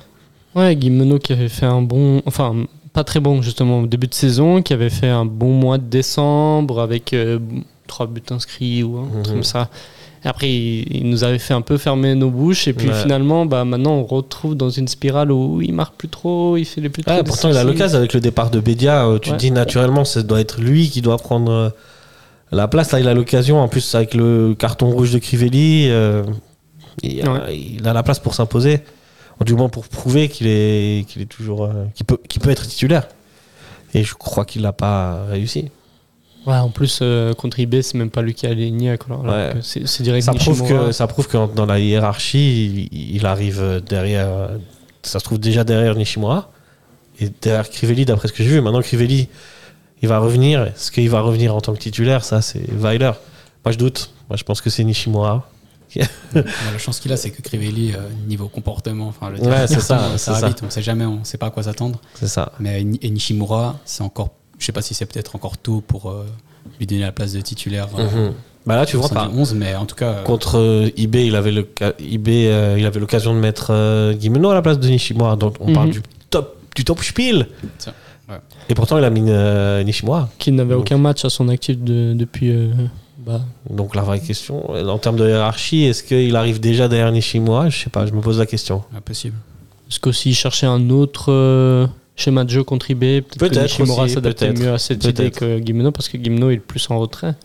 Ouais, Guimeno qui avait fait un bon. Enfin, pas très bon, justement, au début de saison, qui avait fait un bon mois de décembre avec euh, trois buts inscrits ou un truc
Mhm.
comme ça. Et après, il, il nous avait fait un peu fermer nos bouches. Et puis
Ouais.
finalement, bah, maintenant, on retrouve dans une spirale où il marque plus trop, il fait les plus
Ah,
trop
pourtant, il a
décisifs.
l'occasion avec le départ de Bédia. euh, Tu
Ouais.
te dis naturellement, ça doit être lui qui doit prendre euh, la place. Là, il a l'occasion. En plus, avec le carton rouge de Crivelli, euh, il, a, il a la place pour s'imposer. Du moins pour prouver qu'il est, qu'il est toujours, euh, qu'il peut, qu'il peut être titulaire. Et je crois qu'il l'a pas réussi.
Ouais, en plus, euh, contre IB, c'est même pas lui qui a aligné. alors
Ouais.
que C'est c'est direct
Ça prouve,
Nishimura.
que, ça prouve que dans la hiérarchie, il, il arrive derrière. Ça se trouve déjà derrière Nishimura et derrière Crivelli, d'après ce que j'ai vu. Maintenant, Crivelli, il va revenir. Est-ce qu'il va revenir en tant que titulaire Ça, c'est Weiler. Moi, je doute. Moi, je pense que c'est Nishimura.
Bon, la chance qu'il a, c'est que Crivelli, euh, niveau comportement, enfin, le
Ouais,
dernier
c'est
carton,
ça,
euh,
c'est
ça va
ça.
vite, on sait jamais, on sait pas à quoi s'attendre.
C'est ça.
Mais Ni- et Nishimura, c'est encore, je sais pas si c'est peut-être encore tôt pour euh, lui donner la place de titulaire. euh,
Mhm. Bah là, tu
au
vois
sein
pas.
du 11, mais en tout cas, euh,
Contre euh, IB, il avait le ca- IB, euh, il avait l'occasion de mettre euh, Guimeno à la place de Nishimura. Donc, on
Mhm.
parle du top, du top spiel.
Tiens, ouais.
Et pourtant, il a mis euh, Nishimura.
Qui n'avait aucun match à son actif de- depuis. euh, bah,
Donc la vraie question, en termes de hiérarchie, est-ce qu'il arrive déjà derrière Nishimura Je sais pas, je me pose la question.
impossible.
Est-ce qu'aussi chercher un autre euh, schéma de jeu contre IB Peut-être que
Peut-être
Nishimura
aussi,
s'adaptait
peut-être.
mieux à cette
Peut-être.
idée que Gimeno, parce que Gimeno est le plus en retrait.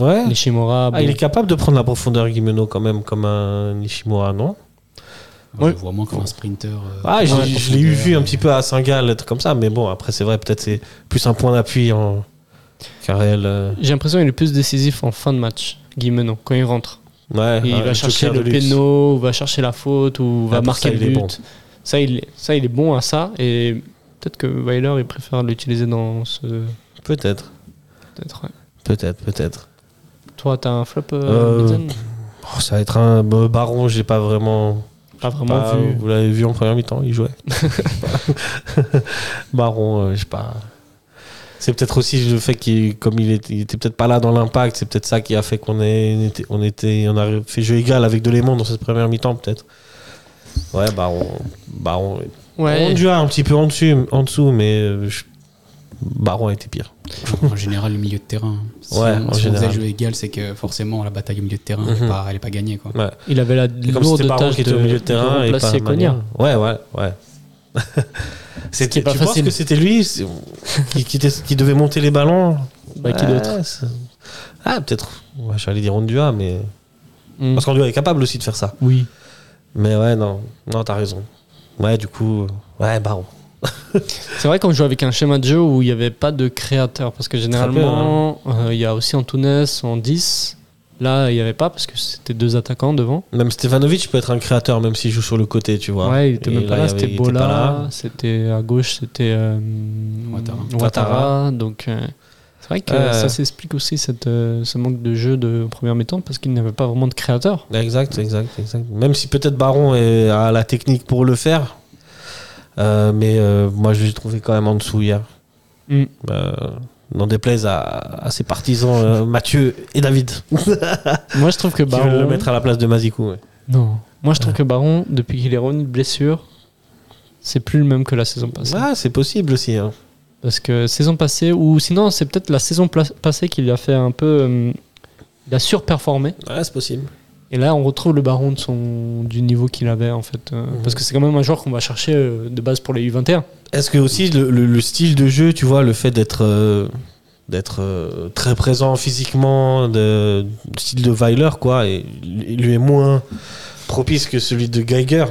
Ouais.
Nishimura,
Ah,
bon,
il est capable de prendre la profondeur Guimeno quand même, comme un Nishimura, non
Moi,
Ouais.
Je le vois moins comme un sprinter. euh,
Ah, j'ai-
ouais,
je l'ai eu vu
euh,
un petit peu à Saint-Gall, être comme ça, mais bon, après c'est vrai, peut-être c'est plus un point d'appui en... qu'un réel... euh,
j'ai l'impression qu'il est le plus décisif en fin de match, Gimeno, quand il rentre.
Ouais,
il
un
va chercher
joker
le
Ah, de luxe.
péno, ou va chercher la faute, ou va
Ah, pour
marquer
ça,
le
il est
but.
bon.
Ça, il est, ça, il est bon à ça, et peut-être que Weiler, il préfère l'utiliser dans ce...
Peut-être,
peut-être, ouais.
peut-être, peut-être.
Toi, t'as un flop, euh,
Euh,
Mezen
Oh, ça va être un euh, baron, j'ai pas vraiment...
Pas vraiment
pas-
vu.
Vous l'avez vu en première mi-temps, il jouait. Baron, euh, je sais pas. C'est peut-être aussi le fait qu'il, comme il était, il était peut-être pas là dans l'impact, c'est peut-être ça qui a fait qu'on est, on était, on était, on a fait jeu égal avec Delémont dans cette première mi-temps peut-être. Ouais, Baron, Baron,
Ouais.
on dû un petit peu en dessus, en dessous, mais euh, je- Baron était pire.
En général, le milieu de terrain. Si
Ouais,
on,
en
si on faisait
général.
jouer égal, c'est que forcément, la bataille au milieu de terrain,
Mhm.
elle est pas- elle n'est pas, gagnée. Quoi.
Ouais.
Il avait la
Et comme c'était
lourde
Baron
tâche
qui
de,
était au milieu de terrain
de
et pas hein.
remplacer Konya.
Magnien. Ouais, ouais, ouais.
Ce qui est
C'était,
pas
tu penses
facile.
que c'était lui c'est- qui, qui, était- qui devait monter les ballons
Bah, qui
Ouais,
d'autre
c'est- Ah, peut-être. Ouais, J'allais dire Ondua, mais.
Mm.
Parce qu'Ondua est capable aussi de faire ça.
Oui.
Mais ouais, non. Non, t'as raison. Ouais, du coup. euh, Ouais, Baron.
C'est vrai qu'on joue avec un schéma de jeu où il n'y avait pas de créateur. Parce que généralement, euh, il
hein.
y a aussi Antunes en 10. Là, il n'y avait pas parce que c'était deux attaquants devant.
Même Stefanovic peut être un créateur, même s'il joue sur le côté, tu vois.
Ouais, il était
Et
même pas là.
il y avait-
C'était
il était pas là.
Bola. C'était à gauche, c'était euh,
Ouattara.
Ouattara. Donc, euh, c'est vrai que
Ouais.
ça s'explique aussi cette, euh, ce manque de jeu de première mi-temps parce qu'il n'y avait pas vraiment de créateur.
Exact, exact, exact. Même si peut-être Baron est- a la technique pour le faire, euh, mais euh, moi je l'ai trouvé quand même en dessous hier.
Mm.
Euh, N'en déplaise à, à ses partisans euh, Mathieu et David,
Moi, je trouve que
qui veulent le
Baron.
mettre Euh. à la place de Mazikou. ouais.
Non. Moi, je trouve que Baron, depuis qu'il est revenu de blessure, c'est plus le même que la saison passée.
Ah, c'est possible aussi. hein.
Parce que saison passée, ou sinon c'est peut-être la saison pla- passée qu'il a fait un peu. euh, il a surperformé.
Ouais, c'est possible.
Et là, on retrouve le baron de son, du niveau qu'il avait en fait. euh,
Mhm.
Parce que c'est quand même un joueur qu'on va chercher euh, de base pour les U21.
Est-ce que aussi le, le- le style de jeu, tu vois, le fait d'être euh, d'être euh, très présent physiquement, de, le style de Weiler, quoi, et, il lui est moins propice que celui de Geiger,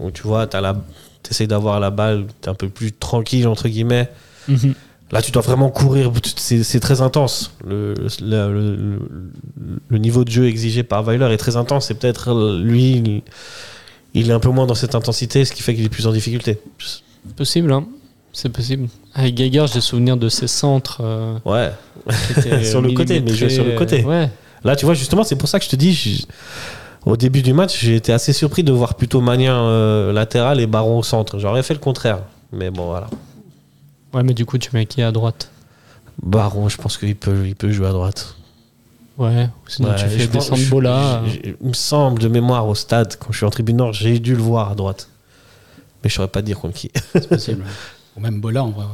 où tu vois, t'as la, t'essayes d'avoir la balle, t'es un peu plus tranquille entre guillemets. Là, tu dois vraiment courir, tu- c'est c'est très intense. Le, le- le- le- le niveau de jeu exigé par Weiler est très intense, et peut-être euh, lui, il, il est un peu moins dans cette intensité, ce qui fait qu'il est plus en difficulté.
Possible, hein. C'est possible. Avec Geiger, j'ai souvenir de ses centres. euh,
Ouais.
qui étaient
Sur le côté, mais il jouait sur le
millimétrés,
côté.
euh, ouais.
Là, tu vois, justement, c'est pour ça que je te dis, je- au début du match, j'ai été assez surpris de voir plutôt Magnin euh, latéral et Baron au centre. J'aurais fait le contraire. Mais bon, voilà.
Ouais, mais du coup, tu mets qui à droite
Baron, je pense qu'il peut, il peut jouer à droite.
Ouais, sinon
Ouais,
tu fais des
je pense- je-
Sambola.
je- je- Il me semble de mémoire au stade, quand je suis en tribune nord, j'ai dû le voir à droite. Mais je saurais pas dire contre qui.
c'est possible. Ou même Bola en vrai.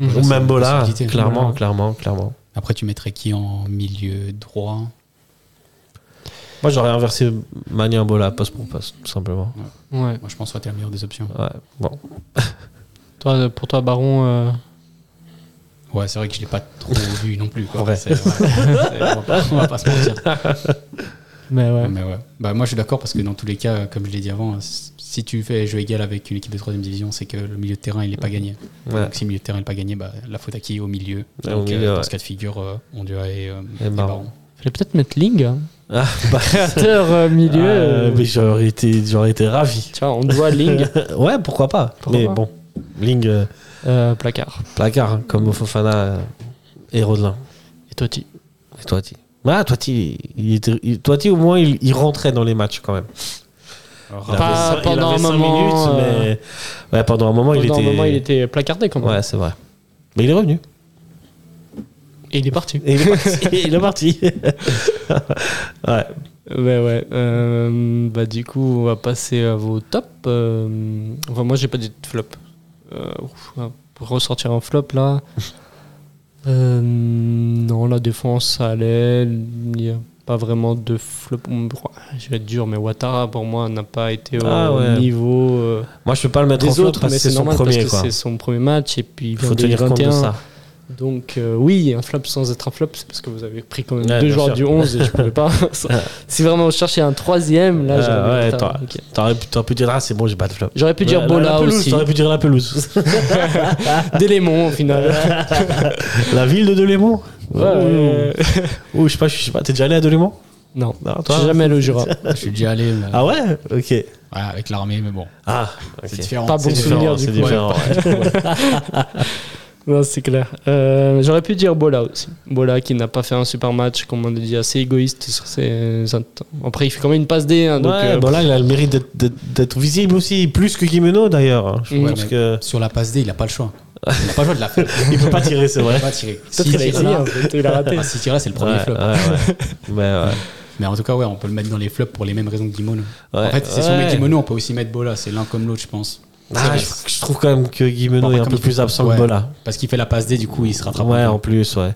ouais.
Mhm.
Bola,
Ou
c'est
même
une
Bola,
possibilité.
clairement, clairement, clairement.
Après, tu mettrais qui en milieu droit
Moi, j'aurais inversé Mania Bola, passe pour passe, tout simplement.
Ouais.
Moi, je pense que c'est la meilleure des options.
Ouais, bon.
Toi, euh, pour toi, Baron, euh,
Ouais, c'est vrai que je l'ai pas trop vu non plus. Quoi.
Ouais.
C'est- ouais, c'est- on, va pas, on va pas se mentir.
mais
Mm.
ouais.
Mais ouais. Bah, moi, je suis d'accord parce que dans tous les cas, comme je l'ai dit avant, si tu fais jeu égal avec une équipe de 3 division, c'est que le milieu de terrain, il n'est pas gagné.
Ouais.
Donc, si le milieu de terrain n'est pas gagné, bah, la faute à qui Au milieu.
Ouais,
Donc,
au milieu,
euh,
ouais.
dans ce cas de figure, euh, on doit et, euh,
Et
et
Baron.
Baron.
Fallait peut-être mettre Ling, hein.
Ah, bah,
créateur euh, milieu.
euh,
euh,
mais j'aurais été, j'aurais été ravi.
Tiens, on doit Ling,
Ouais, pourquoi pas.
Pourquoi
mais
pas.
bon, Ling, euh,
euh, placard.
placard, hein, comme Fofana euh, et Rodelin.
Et Totti.
Et Toiti. Ah, Toiti, il était- il- Toiti, au moins, il, il rentrait dans les matchs quand même. Il avait
Pas
cinq- il
pendant
avait
un
cinq
moment,
minutes,
euh,
mais- Ouais, pendant un moment, Oh, il
Pendant
était.
un moment, il était placardé quand même.
Ouais, c'est vrai. Mais il est revenu.
Et il est parti.
Et il est parti. il est parti. ouais.
Ouais, ouais. Euh, bah, du coup, on va passer à vos tops. Euh, enfin, moi, j'ai pas dit de flop. Euh, ouf, hein, pour ressortir un flop, là. Euh, non, la défense, ça allait. Il n'y a pas vraiment de flop. Hum, Je vais être dur, mais Ouattara, pour moi, n'a pas été au
Ah, ouais.
niveau euh,
Moi, je peux pas le mettre en
des
flop
autres,
parce
mais
que
c'est
c'est son
normal
premier.
parce que
Quoi.
c'est son premier match. Et puis, il
Il faut
vient de
tenir compte de
21.
ça.
Donc euh, oui, un flop sans être un flop, c'est parce que vous avez pris quand même
Ouais,
deux
bien
joueurs
sûr.
du 11 et je pouvais pas. si vraiment on cherchait un troisième, là, j'aurais
Euh,
mis
ouais,
Ouattara.
t'aurais-
Ok.
t'aurais pu- T'aurais pu dire, ah, c'est bon, j'ai pas de flop.
J'aurais pu dire
Ouais, la- la
Bola
pelouse,
aussi,
T'aurais pu dire la pelouse.
d'éléments au final.
la ville de Delémont
Ouais, ouais.
Ou je sais pas, je sais pas. T'es déjà allé à Delémont
Non,
Non,
je suis jamais allé au Jura.
Je suis déjà allé mais-
Ah ouais Ok.
ouais, avec l'armée, mais bon,
Ah,
c'est
ok.
différent.
Pas
C'est
bon souvenir
différent.
c'est
du coup.
différent.
Non, c'est clair. Euh, J'aurais pu dire Bola aussi. Bola qui n'a pas fait un super match, comme on l'a dit, assez égoïste sur ses. int- Après, il fait quand même une passe D. hein, donc,
ouais,
euh,
bon là, il a le mérite d'être- d'être d'être visible aussi, plus que Guimeno d'ailleurs. hein. Je
Mm.
pense
Ouais,
que
Sur la passe D, il n'a pas le choix. Il n'a pas le choix de la faire.
il peut pas tirer, c'est
Il
vrai.
peut pas tirer.
peut-être
S'il
qu'il a
tire
essayé,
là-
en
hein.
fait, il a raté.
Ah, s'il tire là, c'est le premier
Ouais,
flop.
ouais, ouais. Mais ouais.
Mais en tout cas, ouais, on peut le mettre dans les flops pour les mêmes raisons que Guimono.
Ouais.
en fait, c'est sur
Ouais.
mes Guimono, on peut aussi mettre Bola. C'est l'un comme l'autre, je pense.
Ah, je, je trouve quand même que Guimeno
Bon,
est un
comme
peu
il
plus
fait-
absent
ouais.
que Bola.
Parce qu'il fait la passe D, du coup, il se rattrape.
Ouais,
un peu.
en plus, ouais.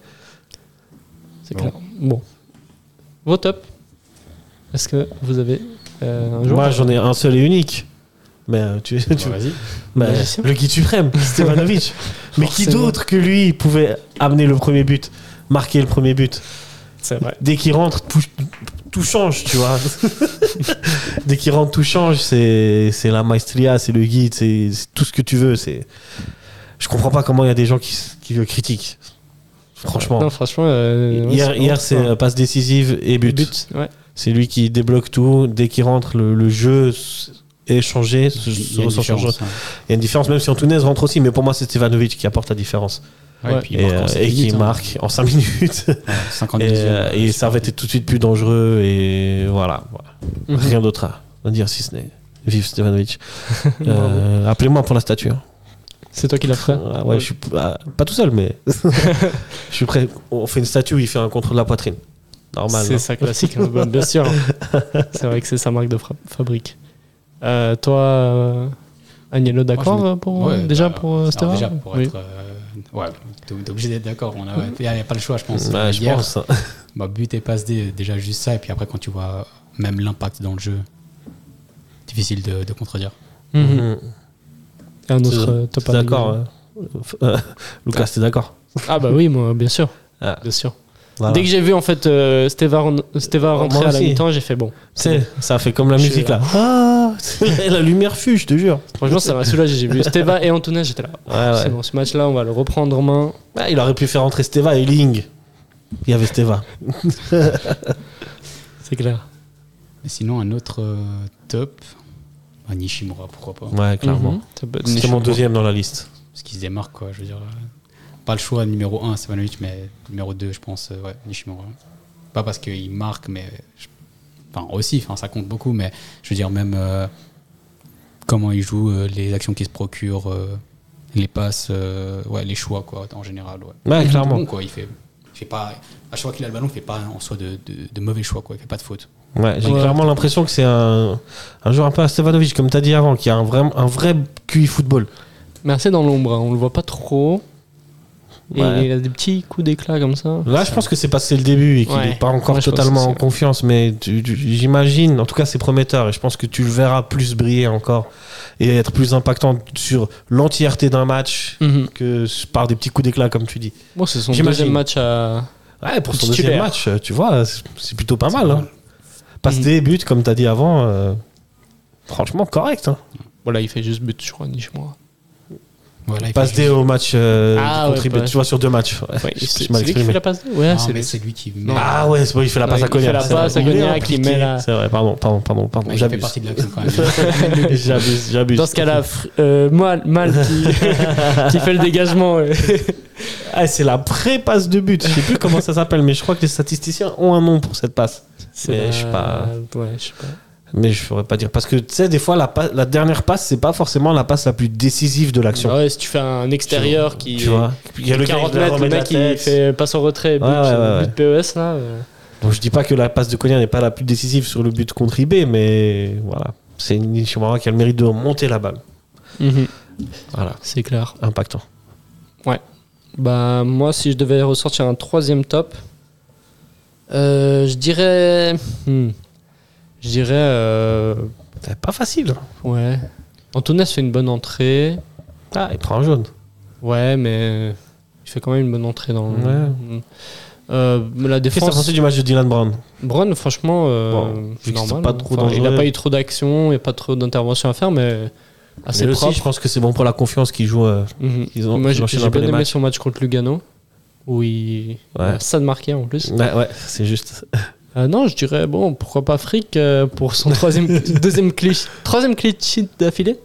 C'est
Bon.
clair. Bon. Vos top. Est-ce que vous avez euh, un jour
Moi, j'en ai un seul et unique. Mais euh, tu, tu-
Ouais, vas-y.
bah,
magicien.
le guide suprême, Stevanovic. Mais qui
Forcément.
d'autre que lui pouvait amener le premier but, marquer le premier but
C'est vrai.
Dès qu'il rentre, tout, tout change, tu vois. Dès qu'il rentre, tout change. C'est c'est la maestria, c'est le guide, c'est c'est tout ce que tu veux. C'est. Je comprends pas comment il y a des gens qui, s- qui le critiquent. Franchement.
Non, franchement. euh, ouais,
Hier, hier, c'est euh, passe décisive et but.
but. Ouais.
C'est lui qui débloque tout. Dès qu'il rentre, le, le jeu s- est changé. se-
Il
se
y a une
ressent changé.
différence, hein.
Il y a une différence, même si Antunes rentre aussi. Mais pour moi, c'est Stevanovic qui apporte la différence.
Ouais, et puis il
et
marque en
euh,
cinq
et qui
minutes, hein.
marque en 5 minutes.
Ouais, 50
et,
minutes.
euh, et ça va être tout de suite plus dangereux. Et voilà. voilà.
Mhm.
Rien d'autre à à dire si ce n'est. Vive Stevanovic. Euh, Appelez-moi pour la statue. hein.
C'est toi qui l'as fait.
Ah ouais, je suis pas, pas tout seul, mais je suis prêt. On fait une statue, il fait un contrôle de la poitrine. Normal.
C'est
hein.
ça classique, hein, bah, bien sûr. C'est vrai que c'est sa marque de fra- fabrique. Euh, toi, euh, Agnello, d'accord
Moi, je
euh, pour
Ouais,
déjà
bah,
pour euh,
alors
Stera
Déjà pour
Oui.
être. euh, Ouais, t'es t'es obligé d'être d'accord. On a- Il n'y a pas le choix, je pense.
Ouais, je
Hier,
pense. hein.
bah, but et passe D, déjà juste ça. Et puis après, quand tu vois même l'impact dans le jeu, difficile de, de contredire.
Mhm.
euh,
Mhm.
Et Un
T'es-
autre euh, top
t'es
à Agnello.
d'accord. hein Euh, Lucas, t'es d'accord.
Ah bah oui, moi, bien sûr.
Ah.
Bien sûr.
Voilà.
Dès que j'ai vu en fait euh, Steva, ren- Steva
Moi
rentrer à la
aussi.
mi-temps, j'ai fait bon.
Tu sais, ça fait comme la
Je
musique
suis
là. Ah, la lumière fut, je te jure.
Franchement, ça m'a soulagé. J'ai vu Steva et Antunes, j'étais là.
Ouais, ouais.
C'est bon, ce match-là, on va le reprendre en main.
Ah, il aurait pu faire entrer Steva et Ling. Il y avait Steva.
C'est clair.
Mais sinon, un autre euh, top, bah, Nishimura, pourquoi pas.
Ouais, clairement.
Mhm. Ça peut être-
C'était mon deuxième dans la liste.
Parce qu'il se démarque, quoi. Je veux dire, euh, pas le choix numéro 1, Stevanovic, mais numéro 2, je pense, euh, ouais, Nishimura. Pas parce qu'il marque, mais. je- Enfin, aussi, enfin, ça compte beaucoup, mais je veux dire, même euh, comment il joue, euh, les actions qu'il se procure, euh, les passes, euh, ouais, les choix, quoi, en général. Ouais.
Ouais,
Il est
clairement.
bon, quoi, il fait. Il fait pas, à chaque fois qu'il a le ballon, il fait pas en soi de, de- de mauvais choix, quoi. Il fait pas de faute.
Ouais, j'ai
Ouais.
clairement l'impression que c'est un, un joueur un peu à Stevanovic, comme tu as dit avant, qui a un vrai, un vrai QI football.
Mais assez dans l'ombre, hein, on le voit pas trop. Et
Ouais.
il a des petits coups d'éclat comme ça.
Là, je pense que c'est passé le début et qu'il n'est
Ouais.
pas encore
Ouais, je pense
totalement
que
en
c'est-
confiance, mais tu- tu- j'imagine, en tout cas, c'est prometteur et je pense que tu le verras plus briller encore et être plus impactant sur l'entièreté d'un match
Mhm.
que par des petits coups d'éclat, comme tu dis.
Bon, c'est son
J'imagine.
deuxième match à.
Ouais, pour son
Titulaire.
deuxième match, euh, tu vois, c'est c'est plutôt pas mal. hein. Passe
Mm.
des buts, comme tu as dit avant, euh, franchement correct. hein.
Voilà, il fait juste but, je crois, ni chez moi.
Voilà, il
Passe
fait
des
juste-
au match, euh,
Ah
du
ouais,
contribu-
ouais.
tu vois, sur deux matchs. Ouais,
Ouais,
je- je
c'est
mal
c'est lui qui
exprimé.
fait la passe. Ouais,
Non,
c'est
mais c'est lui qui met.
Ah ouais, c'est bon, il fait la
Ouais,
passe
il
à
fait
Konya.
la
c'est
passe à
vrai. Il est
Konya qui
impliqué,
met la-
C'est vrai, pardon, pardon, pardon, pardon,
il fait
j'abuse.
partie de l'action quand même.
J'abuse, j'abuse.
Dans ce cas-là, fr- euh, mal, mal qui, qui fait le dégagement. ouais.
Ah, c'est la pré-passe de but. Je sais plus comment ça s'appelle, mais je crois que les statisticiens ont un nom pour cette passe.
C'est
Mais
la-
je sais pas.
Ouais, je sais pas.
Mais je pourrais pas dire. Parce que tu sais, des fois, la, pa- la dernière passe, c'est pas forcément la passe la plus décisive de l'action.
Ah ouais, si tu fais un extérieur qui.
Tu vois Il y a le gars,
40
il la
mètres,
remet
le
de la
mec qui
tête.
fait euh, passe en retrait, but,
Ouais, ouais, ouais,
but PES là. euh.
Donc je dis pas que la passe de Konya n'est pas la plus décisive sur le but contre IB, mais voilà. C'est une Nishimura qui a le mérite de monter la balle. Mhm. Voilà,
C'est clair.
impactant.
Bah, moi, si je devais ressortir un troisième top, euh, je dirais. hmm, je dirais. euh,
C'est pas facile. hein.
ouais. Antunes fait une bonne entrée.
Ah, il prend un jaune.
Ouais, mais il fait quand même une bonne entrée dans le. hmm.
Ouais.
Euh, la
Qu'est-ce que t'as
défense.
pensé du match de Dylan Brown
Brown, franchement, euh,
Bon, vu
c'est
que
normal.
c'est pas
hein.
trop
il n'a
dangereux.
pas eu trop d'action, il n'y a pas trop d'intervention à faire, mais assez
Mais aussi,
propre.
je pense que c'est bon pour la confiance qu'ils jouent. euh,
Mhm.
qu'ils ont-
Moi,
qu'ils
j'ai
enchaînent
j'ai
un peu
bien
les
aimé
matchs.
son match contre Lugano, où il
Ouais. Mmh.
a ça de marqué en plus.
Ouais, ouais, c'est juste.
Ah non, je dirais, bon, pourquoi pas Frick euh, pour son troisième, deuxième cliché, troisième clean sheet d'affilée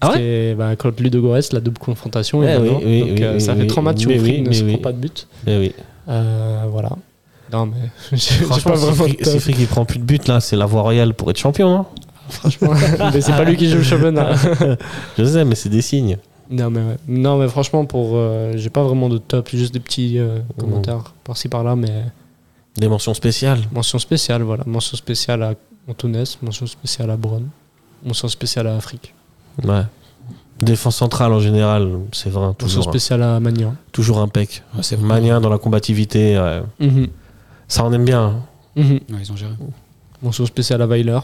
Ah ouais
C'était, bah, Contre Ludogorets, la double confrontation.
Eh
évidemment.
oui, oui,
Donc,
oui,
euh,
oui,
ça fait
oui,
trois matchs où
mais
Frick
oui,
ne
mais
se
oui.
prend pas de but.
Mais oui.
Euh, voilà. Non, mais j'ai j'ai pas
Franchement,
vraiment
si
de top.
Frick- si Frick il prend plus de but là, c'est la voie royale pour être champion. hein.
mais c'est pas lui qui joue le championnat.
je sais, mais c'est des signes.
non, mais ouais. non, mais franchement, pour, euh, j'ai pas vraiment de top, juste des petits euh,
Mmh.
commentaires par-ci par-là, mais
Des mentions spéciales.
mention spéciale, voilà. Mention spéciale à Antunes, mention spéciale à Braun, mention spéciale à Afrique,
Ouais. Défense centrale en général, c'est vrai.
mention
Toujours, hein.
spéciale à Magnan.
toujours impec.
Ouais, c'est vrai.
Mania dans la combativité, ouais.
Mhm.
ça on aime bien. hein.
Ouais, ils ont géré.
Mention spéciale à Weiler.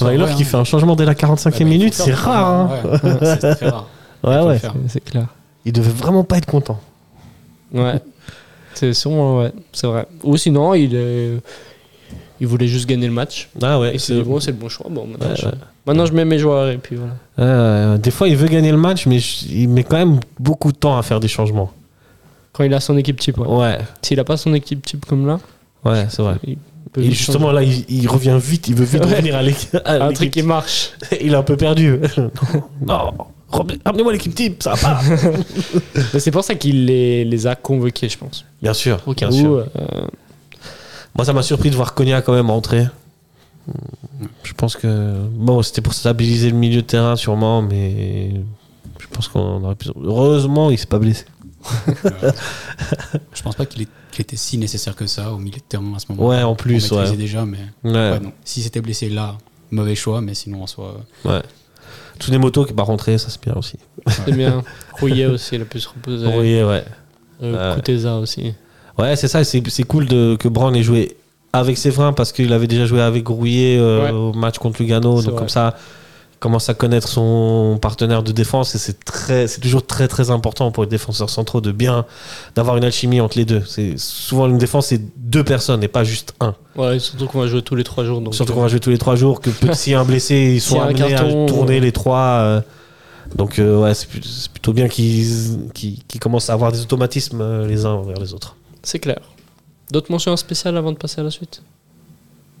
Weiler
hein.
qui fait un changement dès la 45e
Ah,
minute, c'est rare. hein.
Ouais, c'est très rare.
Ouais, ouais.
faut le faire.
Ah C'est clair.
Il devait vraiment pas être content.
Ouais. c'est sûrement, ouais, c'est vrai. Ou sinon, il, est- il voulait juste gagner le match.
Ah ouais.
Et c'est
c'est-
bon, c'est le bon choix. Bon, maintenant,
Ouais,
je...
ouais.
maintenant, je mets mes joueurs et puis voilà.
Euh, des fois, il veut gagner le match, mais je- il met quand même beaucoup de temps à faire des changements.
Quand il a son équipe type, ouais.
Ouais,
S'il a pas son équipe type comme là,
ouais, c'est vrai.
il peut
Et
vite
justement, là, il, il revient vite, il veut vite
Ouais.
revenir à l'équipe. à
changer. un truc qui
l'équipe.
marche.
Il est un peu perdu. non, Rem- ramenez-moi l'équipe type, ça va pas.
Mais c'est pour ça qu'il les, les a convoqués, je pense.
Bien sûr,
Au cas
bien
où,
sûr.
euh,
Moi, ça m'a surpris de voir Konya quand même entrer. Je pense que. Bon, c'était pour stabiliser le milieu de terrain, sûrement, mais. Je pense qu'on aurait pu. Heureusement, il s'est pas blessé.
Je pense pas qu'il est- qu'il était si nécessaire que ça au milieu de terrain à ce moment.
Ouais, en plus,
On
ouais.
maîtrisait déjà, mais
Ouais.
ouais, non. S'il s'était blessé là, mauvais choix, mais sinon en soi, euh,
Ouais. Tsunemoto qui n'est pas rentré, ça c'est bien aussi.
c'est bien. Rouillet aussi, il a pu se reposer.
Oui, ouais.
Euh,
Ouais.
Kuteza aussi.
Ouais, c'est ça, c'est c'est cool de, que Brown ait joué avec ses freins parce qu'il avait déjà joué avec Rouillet euh,
Ouais.
au match contre Lugano.
C'est
Donc,
vrai.
comme ça, il commence à connaître son partenaire de défense et c'est très- c'est toujours très très important pour les défenseurs centraux de bien d'avoir une alchimie entre les deux. C'est Souvent, une défense, c'est deux personnes et pas juste un.
Ouais, surtout qu'on va jouer tous les trois jours. Donc, euh,
Surtout qu'on va jouer tous les trois jours, que peu- s'il y a un blessé, ils sont
S'il y a un
amenés
carton,
à tourner
ouais.
les trois. euh, donc euh, ouais, c'est plut- c'est plutôt bien qu'ils qu'ils- qu'ils commencent à avoir des automatismes euh, les uns envers les autres.
C'est clair. D'autres mentions spéciales avant de passer à la suite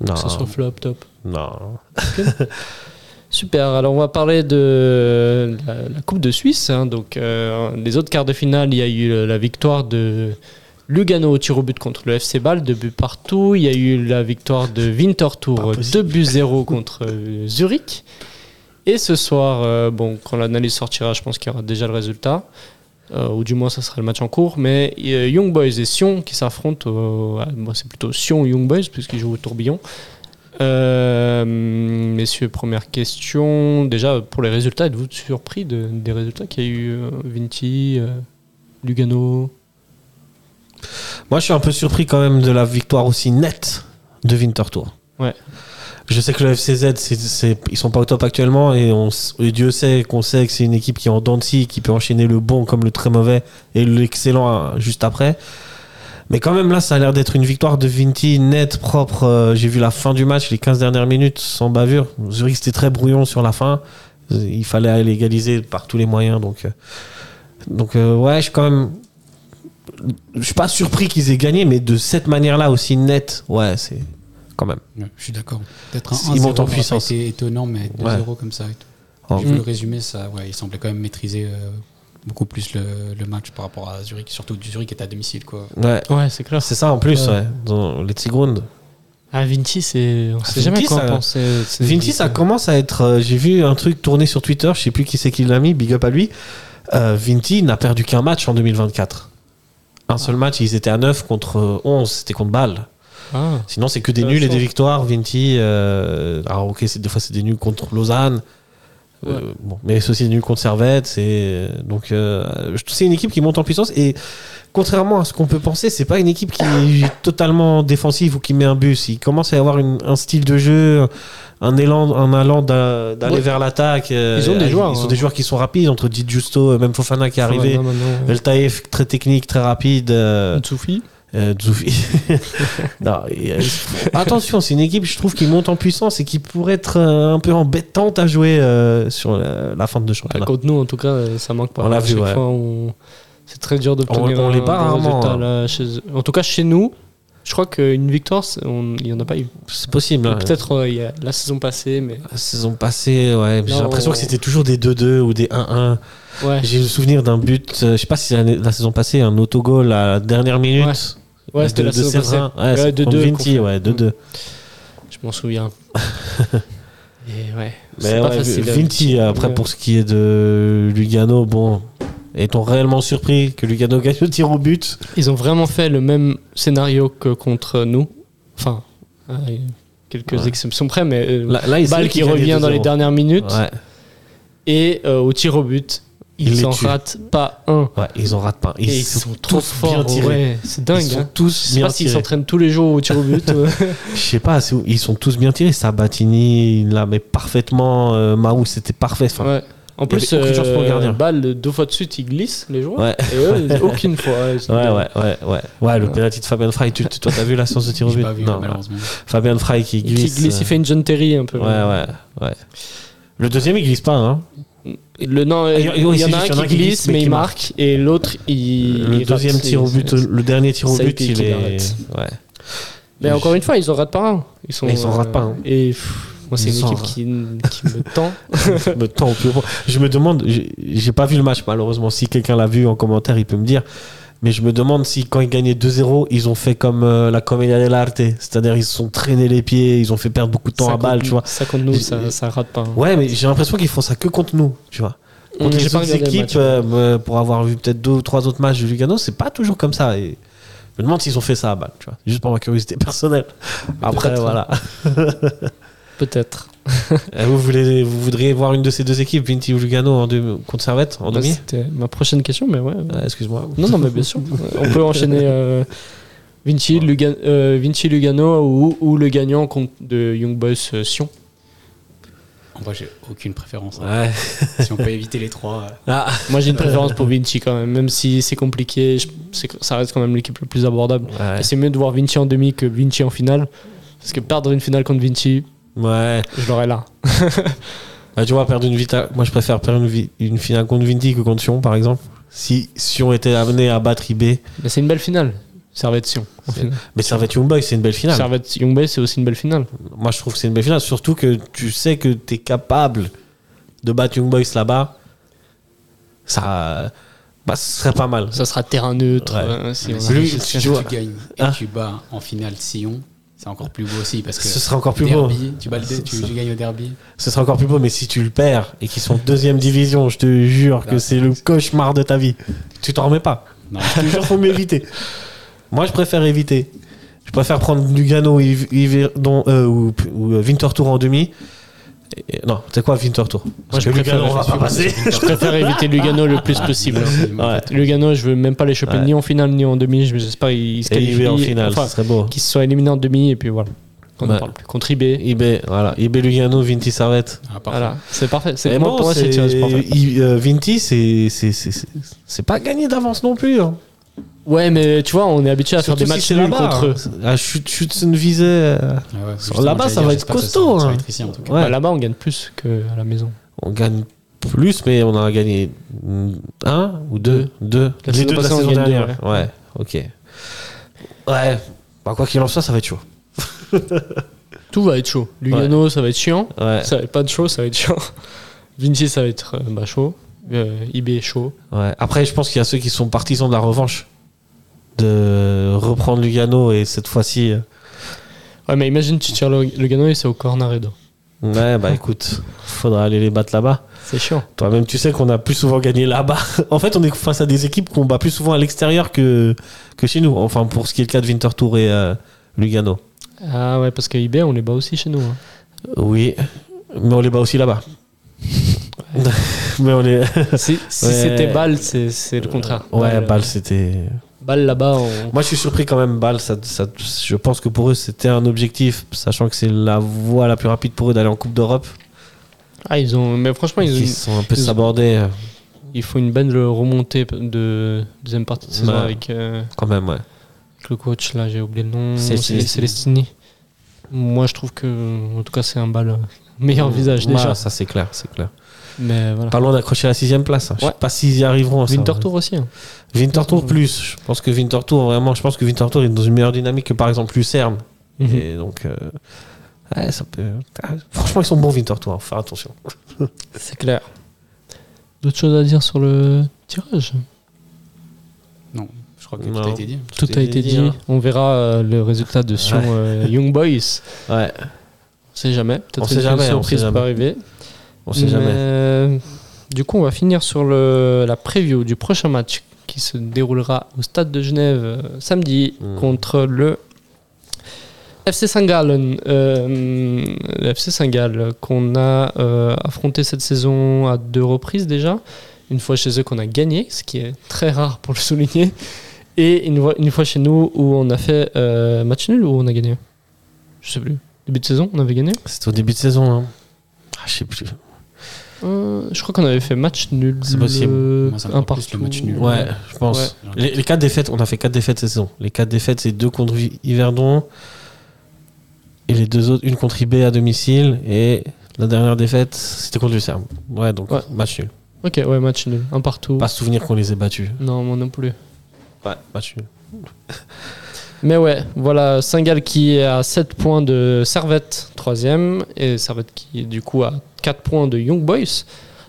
Non,
Que ce soit flop, top.
non.
Super, alors on va parler de la, la Coupe de Suisse. hein. donc, euh, les autres quarts de finale, il y a eu la victoire de Lugano au tir au but contre le FC Bâle, deux buts partout. Il y a eu la victoire de Winterthur,
Pas
2 buts 0 contre euh, Zurich. Et ce soir, euh, bon, quand l'analyse sortira, je pense qu'il y aura déjà le résultat. euh, ou du moins ça sera le match en cours, mais euh, Young Boys et Sion qui s'affrontent, au- ah, moi c'est plutôt Sion ou Young Boys puisqu'ils jouent au tourbillon. Euh, messieurs, première question. Déjà, pour les résultats, êtes-vous surpris de- des résultats qu'il y a eu euh, Vinci, euh, Lugano
Moi, je suis un peu surpris quand même de la victoire aussi nette de Winterthur.
Ouais.
Je sais que le FCZ, c'est- c'est- ils sont pas au top actuellement et, on s- et Dieu sait qu'on sait que c'est une équipe qui est en dents de scie, qui peut enchaîner le bon comme le très mauvais et l'excellent euh, juste après. Mais quand même, là, ça a l'air d'être une victoire de Vinti nette, propre. Euh, J'ai vu la fin du match, les 15 dernières minutes, sans bavure. Zurich, c'était très brouillon sur la fin. Il fallait aller égaliser par tous les moyens. Donc, euh, donc euh, ouais, je suis quand même je suis pas surpris qu'ils aient gagné, mais de cette manière-là aussi nette, ouais, c'est quand même.
Ouais, Je suis d'accord. Peut-être
Ils
un 1
montent en puissance.
C'est étonnant, mais 2-0
Ouais.
comme ça. et tout.
Oh.
Je veux le résumer, ça, ouais, il semblait quand même maîtriser euh, beaucoup plus le, le match par rapport à Zurich, surtout Zurich qui est à domicile. Quoi.
Ouais,
Ouais, c'est clair.
c'est ça en plus,
Ouais.
ouais. Dans les Tigrund.
Ah, Vinci, c'est. On sait
Vinci,
jamais quoi
ça-
en penser. c'est-
Vinci, ça commence à être. euh, J'ai vu un truc tourner sur Twitter, je sais plus qui c'est qui l'a mis, big up à lui. Euh, Vinti n'a perdu qu'un match en 2024. Un seul match, ils étaient à 9 contre euh, 11, c'était contre Bâle.
Ah,
Sinon, c'est que des
Intéressant.
nuls et des victoires. Vinti, euh, alors ok, c'est- des fois c'est des nuls contre Lausanne, Euh, bon, mais c'est aussi des nuls contre Servette. C'est donc euh, je- c'est une équipe qui monte en puissance et contrairement à ce qu'on peut penser, c'est pas une équipe qui est totalement défensive ou qui met un bus. Il commence à y avoir une- un style de jeu, un élan, un allant d'a- d'aller
Ouais.
vers l'attaque. euh,
Ils ont des joueurs,
ils ont
hein.
des joueurs qui sont rapides entre Di Giusto, euh, même Fofana qui est arrivé.
non, maintenant, ouais.
El Taïf, très technique, très rapide. euh,
Tsufi.
euh, Dzouffi. Non, et, euh, attention, c'est une équipe, je trouve, qui monte en puissance et qui pourrait être euh, un peu embêtante à jouer euh, sur la, la fin de
Bah,
championnat.
contre nous, en tout cas, euh, ça manque pas.
On l'a
À
vu,
chaque
ouais.
fois, on- C'est très dur d'obtenir
On- on
un
les bat
bon
rarement,
résultat,
hein.
là, chez eux. En tout cas, chez nous, je crois qu'une victoire, c'est- on- il n'y en a pas eu.
C'est possible. hein.
Peut-être euh, il y a la saison passée, mais.
La saison passée, ouais, j'ai
Non,
l'impression
on-
que c'était toujours des 2-2 ou des 1-1.
Ouais,
J'ai le souvenir d'un but, euh, je sais pas si c'est l'année- la saison passée, un autogol à la dernière minute. Euh,
Ouais. ouais c'était
de-
la
de
saison passée.
Séverin. Ouais,
Ouais,
c'est
2-2
contre Vinti,
contre-
ouais, 2-2.
Je m'en souviens. Et ouais.
Mais
c'est pas
ouais,
facile.
Vinti,
euh,
après,
ouais.
pour ce qui est de Lugano, bon, est-on réellement surpris que Lugano gagne le tir au but
Ils ont vraiment fait le même scénario que contre nous. Enfin, euh, quelques
Ouais.
exceptions près, mais. euh,
Là, là, il
Balle
sait
qui
qu'il gagne
revient dans les
2-0.
dernières minutes
Ouais.
et euh, au tir au but,
Il les
ils en
tue.
ratent pas un.
Ouais, ils en ratent pas. Ils,
et ils
sont,
sont trop
tous bien
forts.
tirés.
ouais, c'est dingue.
Ils sont
hein. Je
tous
sais
bien
pas s'ils
tirés.
s'entraînent tous les jours au tir au but. euh.
Je sais pas, c'est où- ils sont tous bien tirés. Sabatini, il la met parfaitement. euh, Mahou, c'était parfait. Enfin,
Ouais. En
Il y avait
plus,
aucune chance pour le gardien.
euh, balle deux fois de suite, ils glissent les joueurs.
Ouais.
Et eux, aucune fois. Ouais, c'est
ouais,
dingue.
ouais, ouais, ouais. Ouais, le
Ouais.
penalty de Fabian Fry. Tu, tu- toi, t'as vu la séance de tir au
J'ai
but
pas vu,
Non,
malheureusement.
ouais. Fabian Fry qui
Il
glisse. euh,
glisse, il fait une John Terry un peu.
Ouais, ouais, ouais. Le deuxième, il glisse pas. Hein.
Le, non,
Ah,
il
il y a-
y,
oui,
en
c'est
a un
juste
qui glisse, mais il marque, et l'autre, il. il
le
rate,
deuxième
il-
tir au but, le dernier tir au
Ça, il
but,
pique,
il
il
est.
arrête.
Ouais.
Mais encore une fois, ils en ratent pas un. Ils sont.
Mais ils en ratent pas un.
Et pff, moi, c'est
Ils
une
en
équipe
ratent.
qui, qui me tend.
me tend au plus haut point. Je me demande, j'ai- j'ai pas vu le match malheureusement. Si quelqu'un l'a vu en commentaire, il peut me dire. Mais je me demande si quand ils gagnaient 2-0, ils ont fait comme euh, la Commedia dell'arte, c'est-à-dire ils se sont traînés les pieds, ils ont fait perdre beaucoup de temps
Ça
à balle,
compte-
tu vois.
Ça contre nous,
J'ai-
ça, ça rate pas.
Ouais, mais j'ai l'impression qu'ils font ça que contre nous, tu vois.
On
Contre
les a
les
Mmh, pas
autres
regardés, le
équipes,
match.
euh, euh, pour avoir vu peut-être deux ou trois autres matchs de Lugano, c'est pas toujours comme ça. Et je me demande s'ils ont fait ça à balle, tu vois. Juste pour ma curiosité personnelle. Après,
Peut-être.
voilà.
Peut-être.
Euh, vous, voulez, vous voudriez voir une de ces deux équipes, Vinti ou Lugano, en deux, contre Servette, en
Bah,
demi
C'était ma prochaine question, mais ouais.
Ah, Excuse-moi.
Non, non, mais bien sûr. On peut enchaîner euh, Vinci, Lugan- euh, Vinci Lugano ou, ou le gagnant contre de Young Boys euh, Sion.
En vrai, j'ai aucune préférence. hein.
Ouais. Ah.
si on peut éviter les trois. euh.
Moi, j'ai une préférence pour Vinci quand même, même si c'est compliqué. je- c'est- ça reste quand même l'équipe la plus abordable.
Ouais.
Et C'est mieux de voir Vinci en demi que Vinci en finale. Parce que perdre une finale contre Vinci,
Ouais.
je l'aurais là.
Bah, tu vois, perdre une vita. Moi, je préfère perdre une, vi- une finale contre Vinti que contre Sion, par exemple. Si Sion était amené à battre IB.
Mais c'est une belle finale. Servette Sion. en finale.
Mais Servette Young Boys, c'est une belle finale.
Servette Young Boys, c'est aussi une belle finale.
Moi, je trouve que c'est une belle finale. Surtout que tu sais que tu es capable de battre Young Boys là-bas. Ça. Bah, ce serait pas mal.
Ça sera terrain neutre.
Ouais.
euh, si
Mais
on
si
a-
Lui,
si
tu vois.
tu gagnes et
Ah.
tu bats en finale Sion, C'est encore plus beau aussi parce que
Ce sera encore plus beau. Ah,
derby, tu, bats le-
C'est-
tu,
c'est-
tu gagnes au derby.
Ce sera encore plus beau, mais si tu le perds et qu'ils sont deuxième division, je te jure que
Non,
c'est le cauchemar de ta vie. Tu t'en remets pas.
Non.
Je te jure, faut m'éviter. Moi, je préfère éviter. Je préfère prendre Lugano ou Yv- Yverdon- euh, ou, ou, euh, Winterthur en demi. Et- et- non, c'est quoi Winterthur Parce que Lugano, on va pas passer.
je préfère éviter Lugano le plus possible.
Ouais.
Lugano, je veux même pas les choper
Ouais.
ni en finale ni en demi. Je- J'espère qu'ils se
Et
qualifient.
IB en finale,
Enfin,
ce serait beau.
qu'ils se soient éliminés en demi et puis voilà. Qu'on en
Ouais.
parle plus. Contre IB.
IB, voilà. IB Lugano, Vinti Servette.
Ah, parfait.
Voilà, c'est parfait. C'est
Et
moi,
bon,
pour moi, c'est
c'est-
c'est parfait.
I- euh, Vinti, c'est- c'est- c'est c'est- c'est pas gagné d'avance non plus. hein.
Ouais, mais tu vois, on est habitué à
Surtout
faire des
si
matchs
c'est
nuls
là-bas,
contre
hein.
eux.
À Schut- Schützenwiese, euh,
Ah ouais, c'est
Là-bas,
justement ce que
ça
j'allais
va
dire,
être
j'espère que ça
costaud,
sera- ça
hein.
va être ici, en tout cas.
Ouais.
Bah, Là-bas, on gagne plus qu'à la maison.
on gagne plus, mais on a gagné mm, un ou deux, deux.
La
Les
saison
deux de la
passée, on
saison
gagne deux,
dernière. ouais. ok. Ouais, bah, quoi qu'il en soit, ça va être chaud.
Tout va être chaud. Lugano, ça va être chiant.
Ouais,
Ça va être pas de chaud, ça va être chiant. Vinci, ça va être euh, bah, chaud. Euh, IB, chaud.
ouais. Après, je pense qu'il y a ceux qui sont partisans de la revanche, de reprendre Lugano et cette fois-ci. euh,
Ouais, mais imagine, tu tires le- Lugano et c'est au Cornaredo.
Ouais, bah écoute, faudra aller les battre là-bas.
C'est chiant.
Toi-même, tu sais qu'on a plus souvent gagné là-bas. en fait, on est face à des équipes qu'on bat plus souvent à l'extérieur que, que chez nous. Enfin, pour ce qui est le cas de Winterthur et euh, Lugano.
Ah ouais, parce que IB, on les bat aussi chez nous. hein.
Oui, mais on les bat aussi là-bas. mais on les.
Si, si
Ouais.
c'était Bâle, c'est c'est le contraire.
Ouais,
Bâle, euh,
Bâle, c'était.
Bâle, là-bas, on...
Moi, je suis surpris quand même, Bâle. Ça, ça- je pense que pour eux, c'était un objectif, sachant que c'est la voie la plus rapide pour eux d'aller en Coupe d'Europe.
ah, ils ont. Mais franchement, ils, ont-
Ils sont un peu
ils ont-
sabordés euh,
ils font une belle remontée de deuxième partie de saison
Ouais.
avec, euh,
quand même, ouais.
avec le coach. Là, j'ai oublié le nom. C'est
Celestini.
Celestini. Moi, je trouve que, en tout cas, c'est un Bâle euh, meilleur visage
Ouais,
déjà.
Ça, c'est clair, c'est clair.
Mais voilà.
Pas loin d'accrocher la sixième place. hein. Je
Ouais.
sais pas s'ils y arriveront. ça.
Winterthur aussi. hein.
Winterthur plus. Je pense que Winterthur, vraiment, je pense que Winterthur est dans une meilleure dynamique que par exemple Lucerne.
Mhm.
Et donc, euh, ouais, ça peut. ah, Franchement, ils sont bons Winterthur. hein. Faut faire attention.
C'est clair. D'autres choses à dire sur le tirage
Non, je crois que
Non.
tout a été dit.
Tout a été dit.
hein.
On verra euh, le résultat de Sion
Ouais.
euh, Young Boys.
Ouais.
On sait jamais. Peut-être
On sait
une
jamais, on
surprise
sait
peut
jamais.
arriver.
On sait jamais.
Mais, euh, du coup, on va finir sur le, la preview du prochain match qui se déroulera au stade de Genève euh, samedi
Mm.
contre le FC Saint-Gallen. Euh, le FC Saint-Gallen qu'on a euh, affronté cette saison à deux reprises déjà. Une fois chez eux qu'on a gagné, ce qui est très rare pour le souligner. Et une, fois- une fois chez nous où on a fait euh, match nul ou on a gagné Je sais plus. Début de saison, on avait gagné
C'était au début de saison. Hein. Ah, je sais plus.
Euh, je crois qu'on avait fait match nul.
C'est possible.
euh,
Moi, ça me
un
parle plus
partout.
le match nul.
Ouais, je pense.
Ouais.
Les, les quatre défaites, on a fait quatre défaites cette saison. Les quatre défaites, c'est deux contre Yverdon et les deux autres, une contre IB à domicile et la dernière défaite, c'était contre Lucerne. Ouais, donc
Ouais.
match nul.
Ok, ouais, match nul. Un partout.
Pas souvenir qu'on les ait battus.
Non, moi non plus.
Ouais, match nul.
Mais ouais, voilà, Singal qui est à 7 points de Servette, 3ème, et Servette qui est du coup à 4 points de Young Boys.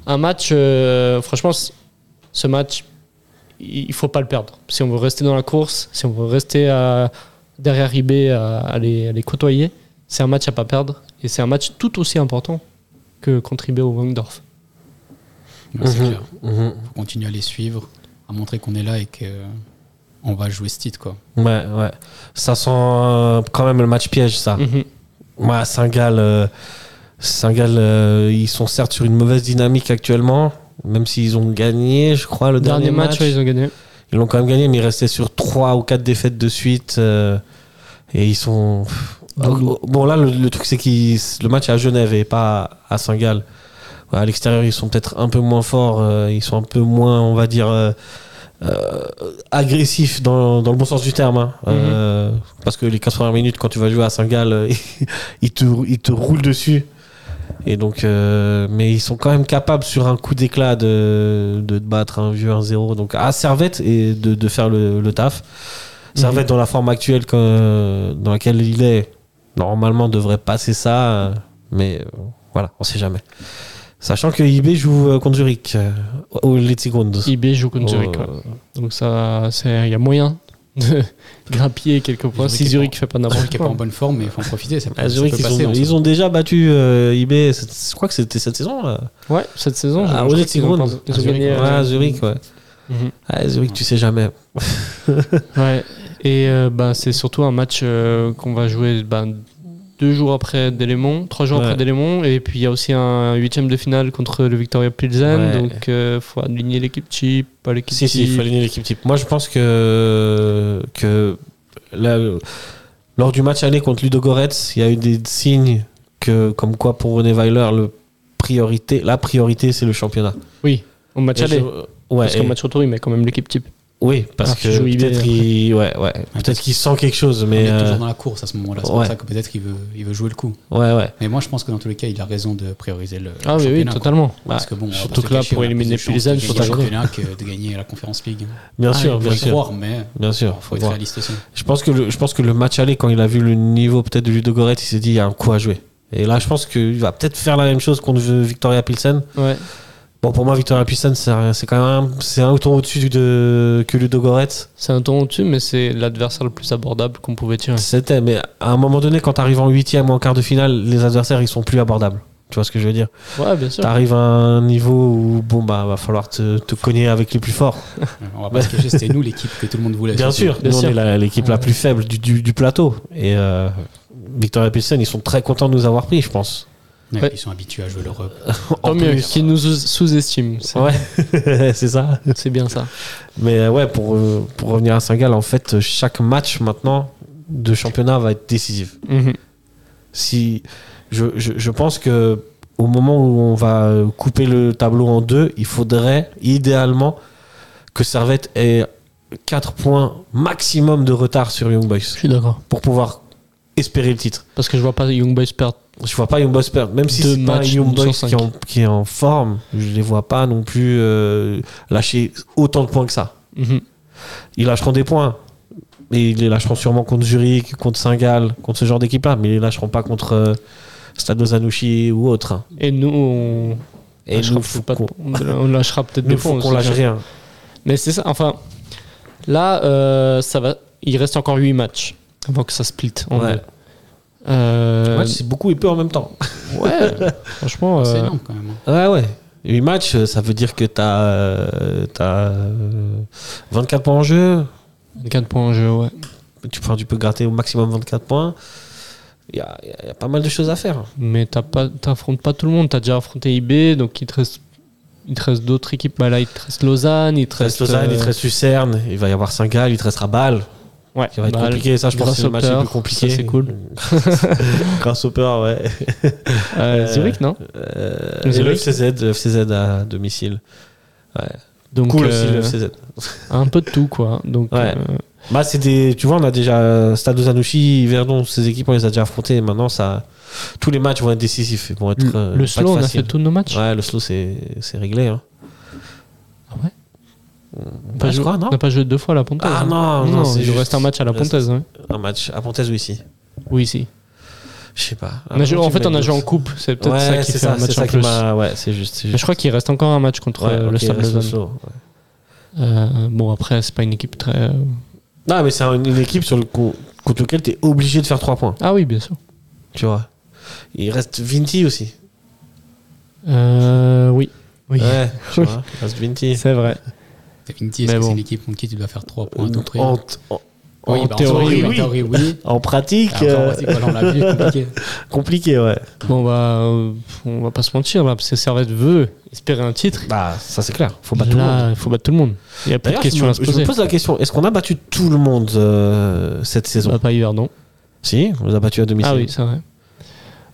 Un match, euh, franchement, c- ce match, il il faut pas le perdre. Si on veut rester dans la course, si on veut rester à- derrière IB, à, à les, à les côtoyer, c'est un match à pas perdre, et c'est un match tout aussi important que contribuer au Wangdorf.
Ouais, c'est
Mhm.
clair.
Mhm.
faut continuer à les suivre, à montrer qu'on est là et que euh, on va jouer ce titre quoi.
Ouais, ouais. Ça sent euh, quand même le match piège,
Ah.
ça.
Mhm.
Ouais, Saint-Gall, euh, Saint-Gall, euh, ils sont certes sur une mauvaise dynamique actuellement, même s'ils ont gagné, je crois, le dernier,
Dernier match,
match.
ouais, ils ont gagné.
Ils l'ont quand même gagné, mais ils restaient sur 3 ou 4 défaites de suite. euh, et ils sont.
Doulou.
bon, là, le, le truc, c'est que le match est à Genève et pas à Saint-Gall. Ouais, à l'extérieur, ils sont peut-être un peu moins forts. euh, ils sont un peu moins, on va dire, euh, euh, agressifs dans, dans le bon sens du terme. hein. Euh, parce que les 80 minutes, quand tu vas jouer à Saint-Gall, euh, ils, te, ils te roulent dessus. Et donc, euh, mais ils sont quand même capables sur un coup d'éclat de, de te battre un vieux 1-0. Donc à Servette et de, de faire le, le taf. Servette dans la forme actuelle que- dans laquelle il est, normalement devrait passer ça. euh, Mais euh, voilà, on sait jamais. Sachant que IB joue euh, contre Zurich euh, au Letzigrund.
IB joue contre Zurich,
Euh,
ouais. Donc ça, c'est- il y a moyen de grimper quelques points. Si Zurich fait pas
Zurich
n'importe
est pas en
quoi.
bonne forme, mais il faut en profiter. Ah, Ça peut,
À
ça
Zurich,
peut
ils,
passer,
ont,
on sait
ils ont déjà battu euh, IB, cette- je crois que c'était cette saison. là. Ah,
Ouais, cette saison. je- je
À
crois
Rosé
qu'ils ont
Tigrone.
perdu- ils ont
Ah, Zurich,
gagné,
ouais.
euh,
à Zurich, ouais.
Mhm.
Ah, Zurich, tu sais jamais.
Ouais, et euh, ben, c'est surtout un match euh, qu'on va jouer ben, deux jours après Délémont, trois jours
Ouais.
après Délémont, et puis il y a aussi un huitième de finale contre le Victoria Pilsen,
Ouais.
donc il faut aligner l'équipe type, pas l'équipe
Si, si, il
type.
faut aligner l'équipe type. Moi, je pense que, que là, euh, lors du match aller contre Ludogorets, il y a eu des signes que, comme quoi, pour René Weiler, le priorité, la priorité, c'est le championnat.
Au match
Et
aller,
je- ouais,
parce qu'au
et-
match retour, il met quand même l'équipe type.
oui, parce
Ah, tu
que
joues IB,
peut-être
ouais.
qu'il ouais, ouais, peut qu'il sent quelque chose,
pas. On
mais
est toujours
euh,
dans la course à ce moment-là. C'est
ouais.
pour ça que peut-être qu'il veut, il veut jouer le coup.
euh, ouais, ouais.
Mais moi, je pense que dans tous les cas, il a raison de prioriser le.
Ah oui,
le
oui,
championnat, quoi.
totalement.
Parce que bon, on va
Surtout
pas se
que là,
cacher, hein.
pour
on a plus
éliminer
de chances
Pilsen,
de
faut
gagner le
t'arrêter.
championnat que de gagner la Conférence League.
Bien
Ah,
sûr,
il faut
bien
y
sûr,
croire, mais
bien sûr.
faut être
Ouais.
réaliste aussi.
Je pense que le, je pense que le match aller, quand il a vu le niveau peut-être de Ludogorets, il s'est dit il y a un coup à jouer. Et là, je pense qu'il va peut-être faire la même chose contre Victoria Pilsen.
Ouais.
Bon, pour moi, Victoria Pilsen, c'est un- c'est quand même un, c'est un ton au-dessus du- de, que Ludogorets.
C'est un ton au-dessus, mais c'est l'adversaire le plus abordable qu'on pouvait tirer.
C'était, mais à un moment donné, quand t'arrives en huitième ou en quart de finale, les adversaires, ils sont plus abordables. Tu vois ce que je veux dire
Ouais, bien sûr.
T'arrives à un niveau où, bon, bah, va falloir te, te cogner avec les plus forts.
On va pas se cacher, c'était nous l'équipe que tout le monde voulait.
Bien
surtout.
sûr, nous, on est la- l'équipe la plus faible du, du- du plateau. Et euh, Victoria Pilsen, ils sont très contents de nous avoir pris, je pense.
Ouais,
Ouais.
Ils sont habitués à jouer l'Europe.
Tant
En
mieux,
plus.
qui nous sous- sous-estime. C'est
Ouais, c'est ça.
c'est bien ça.
Mais euh, ouais, pour, euh, pour revenir à Saint-Gall, en fait, chaque match maintenant de championnat va être décisif.
Mhm.
Si je, je, je pense que au moment où on va euh, couper le tableau en deux, il faudrait idéalement que Servette ait 4 points maximum de retard sur Young
Je
Boys
suis d'accord.
pour pouvoir espérer le titre.
Parce que je vois pas Young Boys perdre.
Je vois pas Young Boys perdre, même si
Deux
c'est pas un
matchs
Young Boys
sur cinq.
qui est, en, qui est en forme, je les vois pas non plus euh, lâcher autant de points que ça.
Mhm.
ils lâcheront des points. Et ils les lâcheront sûrement contre Zurich, contre Saint-Gall, contre ce genre d'équipe-là, mais ils les lâcheront pas contre euh, Stade Zanushi ou autre. hein.
Et nous, on,
Et
lâchera
nous, faut
peut-être
qu'on
pas de- on lâchera peut-être
nous,
des
faut
fonds.
qu'on lâche rien.
Mais c'est ça, enfin, là, euh, ça va. Il reste encore 8 matchs avant que ça split en
Ouais.
deux. Euh,
Ouais, c'est beaucoup et peu en même temps.
ouais, franchement,
C'est
euh,
énorme quand même.
Ouais, ouais. 8 matchs, euh, ça veut dire que t'as euh, t'as, euh, 24 points en jeu.
4 points en jeu, ouais.
Tu, enfin, tu peux gratter au maximum 24 points. Il y a, il y a- il y a pas mal de choses à faire.
Mais t'as pas- t'affrontes pas tout le monde. T'as déjà affronté IB, donc il te reste, il te reste d'autres équipes. Bah là, il te reste Lausanne, il te
Il te reste
reste.
Lausanne,
euh,
il te reste Lucerne, il va y avoir Saint-Gall, il te restera Bâle.
ouais,
qui va être
Bâle,
compliqué. Ça, je pense que c'est le match le
Grasshopper,
plus compliqué.
ça, c'est cool.
Grasshopper, ouais.
Euh, Zurich, non
Euh,
Le
et le
Zurich.
FCZ, le FCZ à domicile.
donc,
cool aussi,
euh,
le FCZ.
un peu de tout, quoi. Donc,
Ouais.
euh,
Bah, c'est des, tu vois, on a déjà euh, Stade Zanushi, Verdon, ces équipes, on les a déjà affrontées. Maintenant, ça, tous les matchs vont être décisifs. Ils vont être, euh,
le
pas
slow, on a
faciles.
fait tous nos matchs.
Ouais, le slow, c'est c'est réglé. Hein.
Ah ouais
Bah, je
joué-
crois, non
On n'a pas joué deux fois à la Pontaise.
Ah
hein.
non, non,
non, il
c'est
nous
juste-
reste un match à la
reste-
Pontaise. hein.
Un match à Pontaise ou ici
Oui, si.
Je sais pas.
On a joué-
Ah,
en
tu
fait, on a
m'as
joué en
dit.
coupe. C'est peut-être
Ouais,
ça qui
c'est
fait un
c'est
match
ça
en
qui
plus.
m'a- Ouais, c'est juste. c'est
Mais
juste.
je crois qu'il reste encore un match contre
Ouais,
euh,
ok,
le Stade
reste le
Lausanne.
slow, ouais.
Euh, bon, après, c'est pas une équipe très. euh,
Non, mais c'est un- une équipe sur le co- contre laquelle tu es obligé de faire 3 points.
Ah oui, bien sûr.
Tu vois. Il reste Vinti aussi.
Euh, oui. Oui.
Ouais, tu vois. Il reste Vinti.
C'est vrai.
Definity, hein. est-ce
Mais
que
bon.
c'est l'équipe contre qui tu dois faire 3 points
En,
ton trio
Euh, en- en- en
bah,
théorie,
en
oui.
théorie, oui.
en pratique,
Ah,
Après, en
euh,
pratique, voilà, on l'a vu, compliqué.
compliqué, ouais.
Bon, bah, euh, on va pas se mentir là, parce que Servette veut espérer un titre.
Bah, ça c'est clair. Faut battre tout le monde.
là, il faut battre tout le monde. Il y a pas de
D'ailleurs,
question à
je,
se
me- je me
poser.
pose la question est-ce qu'on a battu tout le monde euh, cette saison
Bah, pas hiver, non.
Si, on les a battus à domicile.
Ah oui, c'est vrai.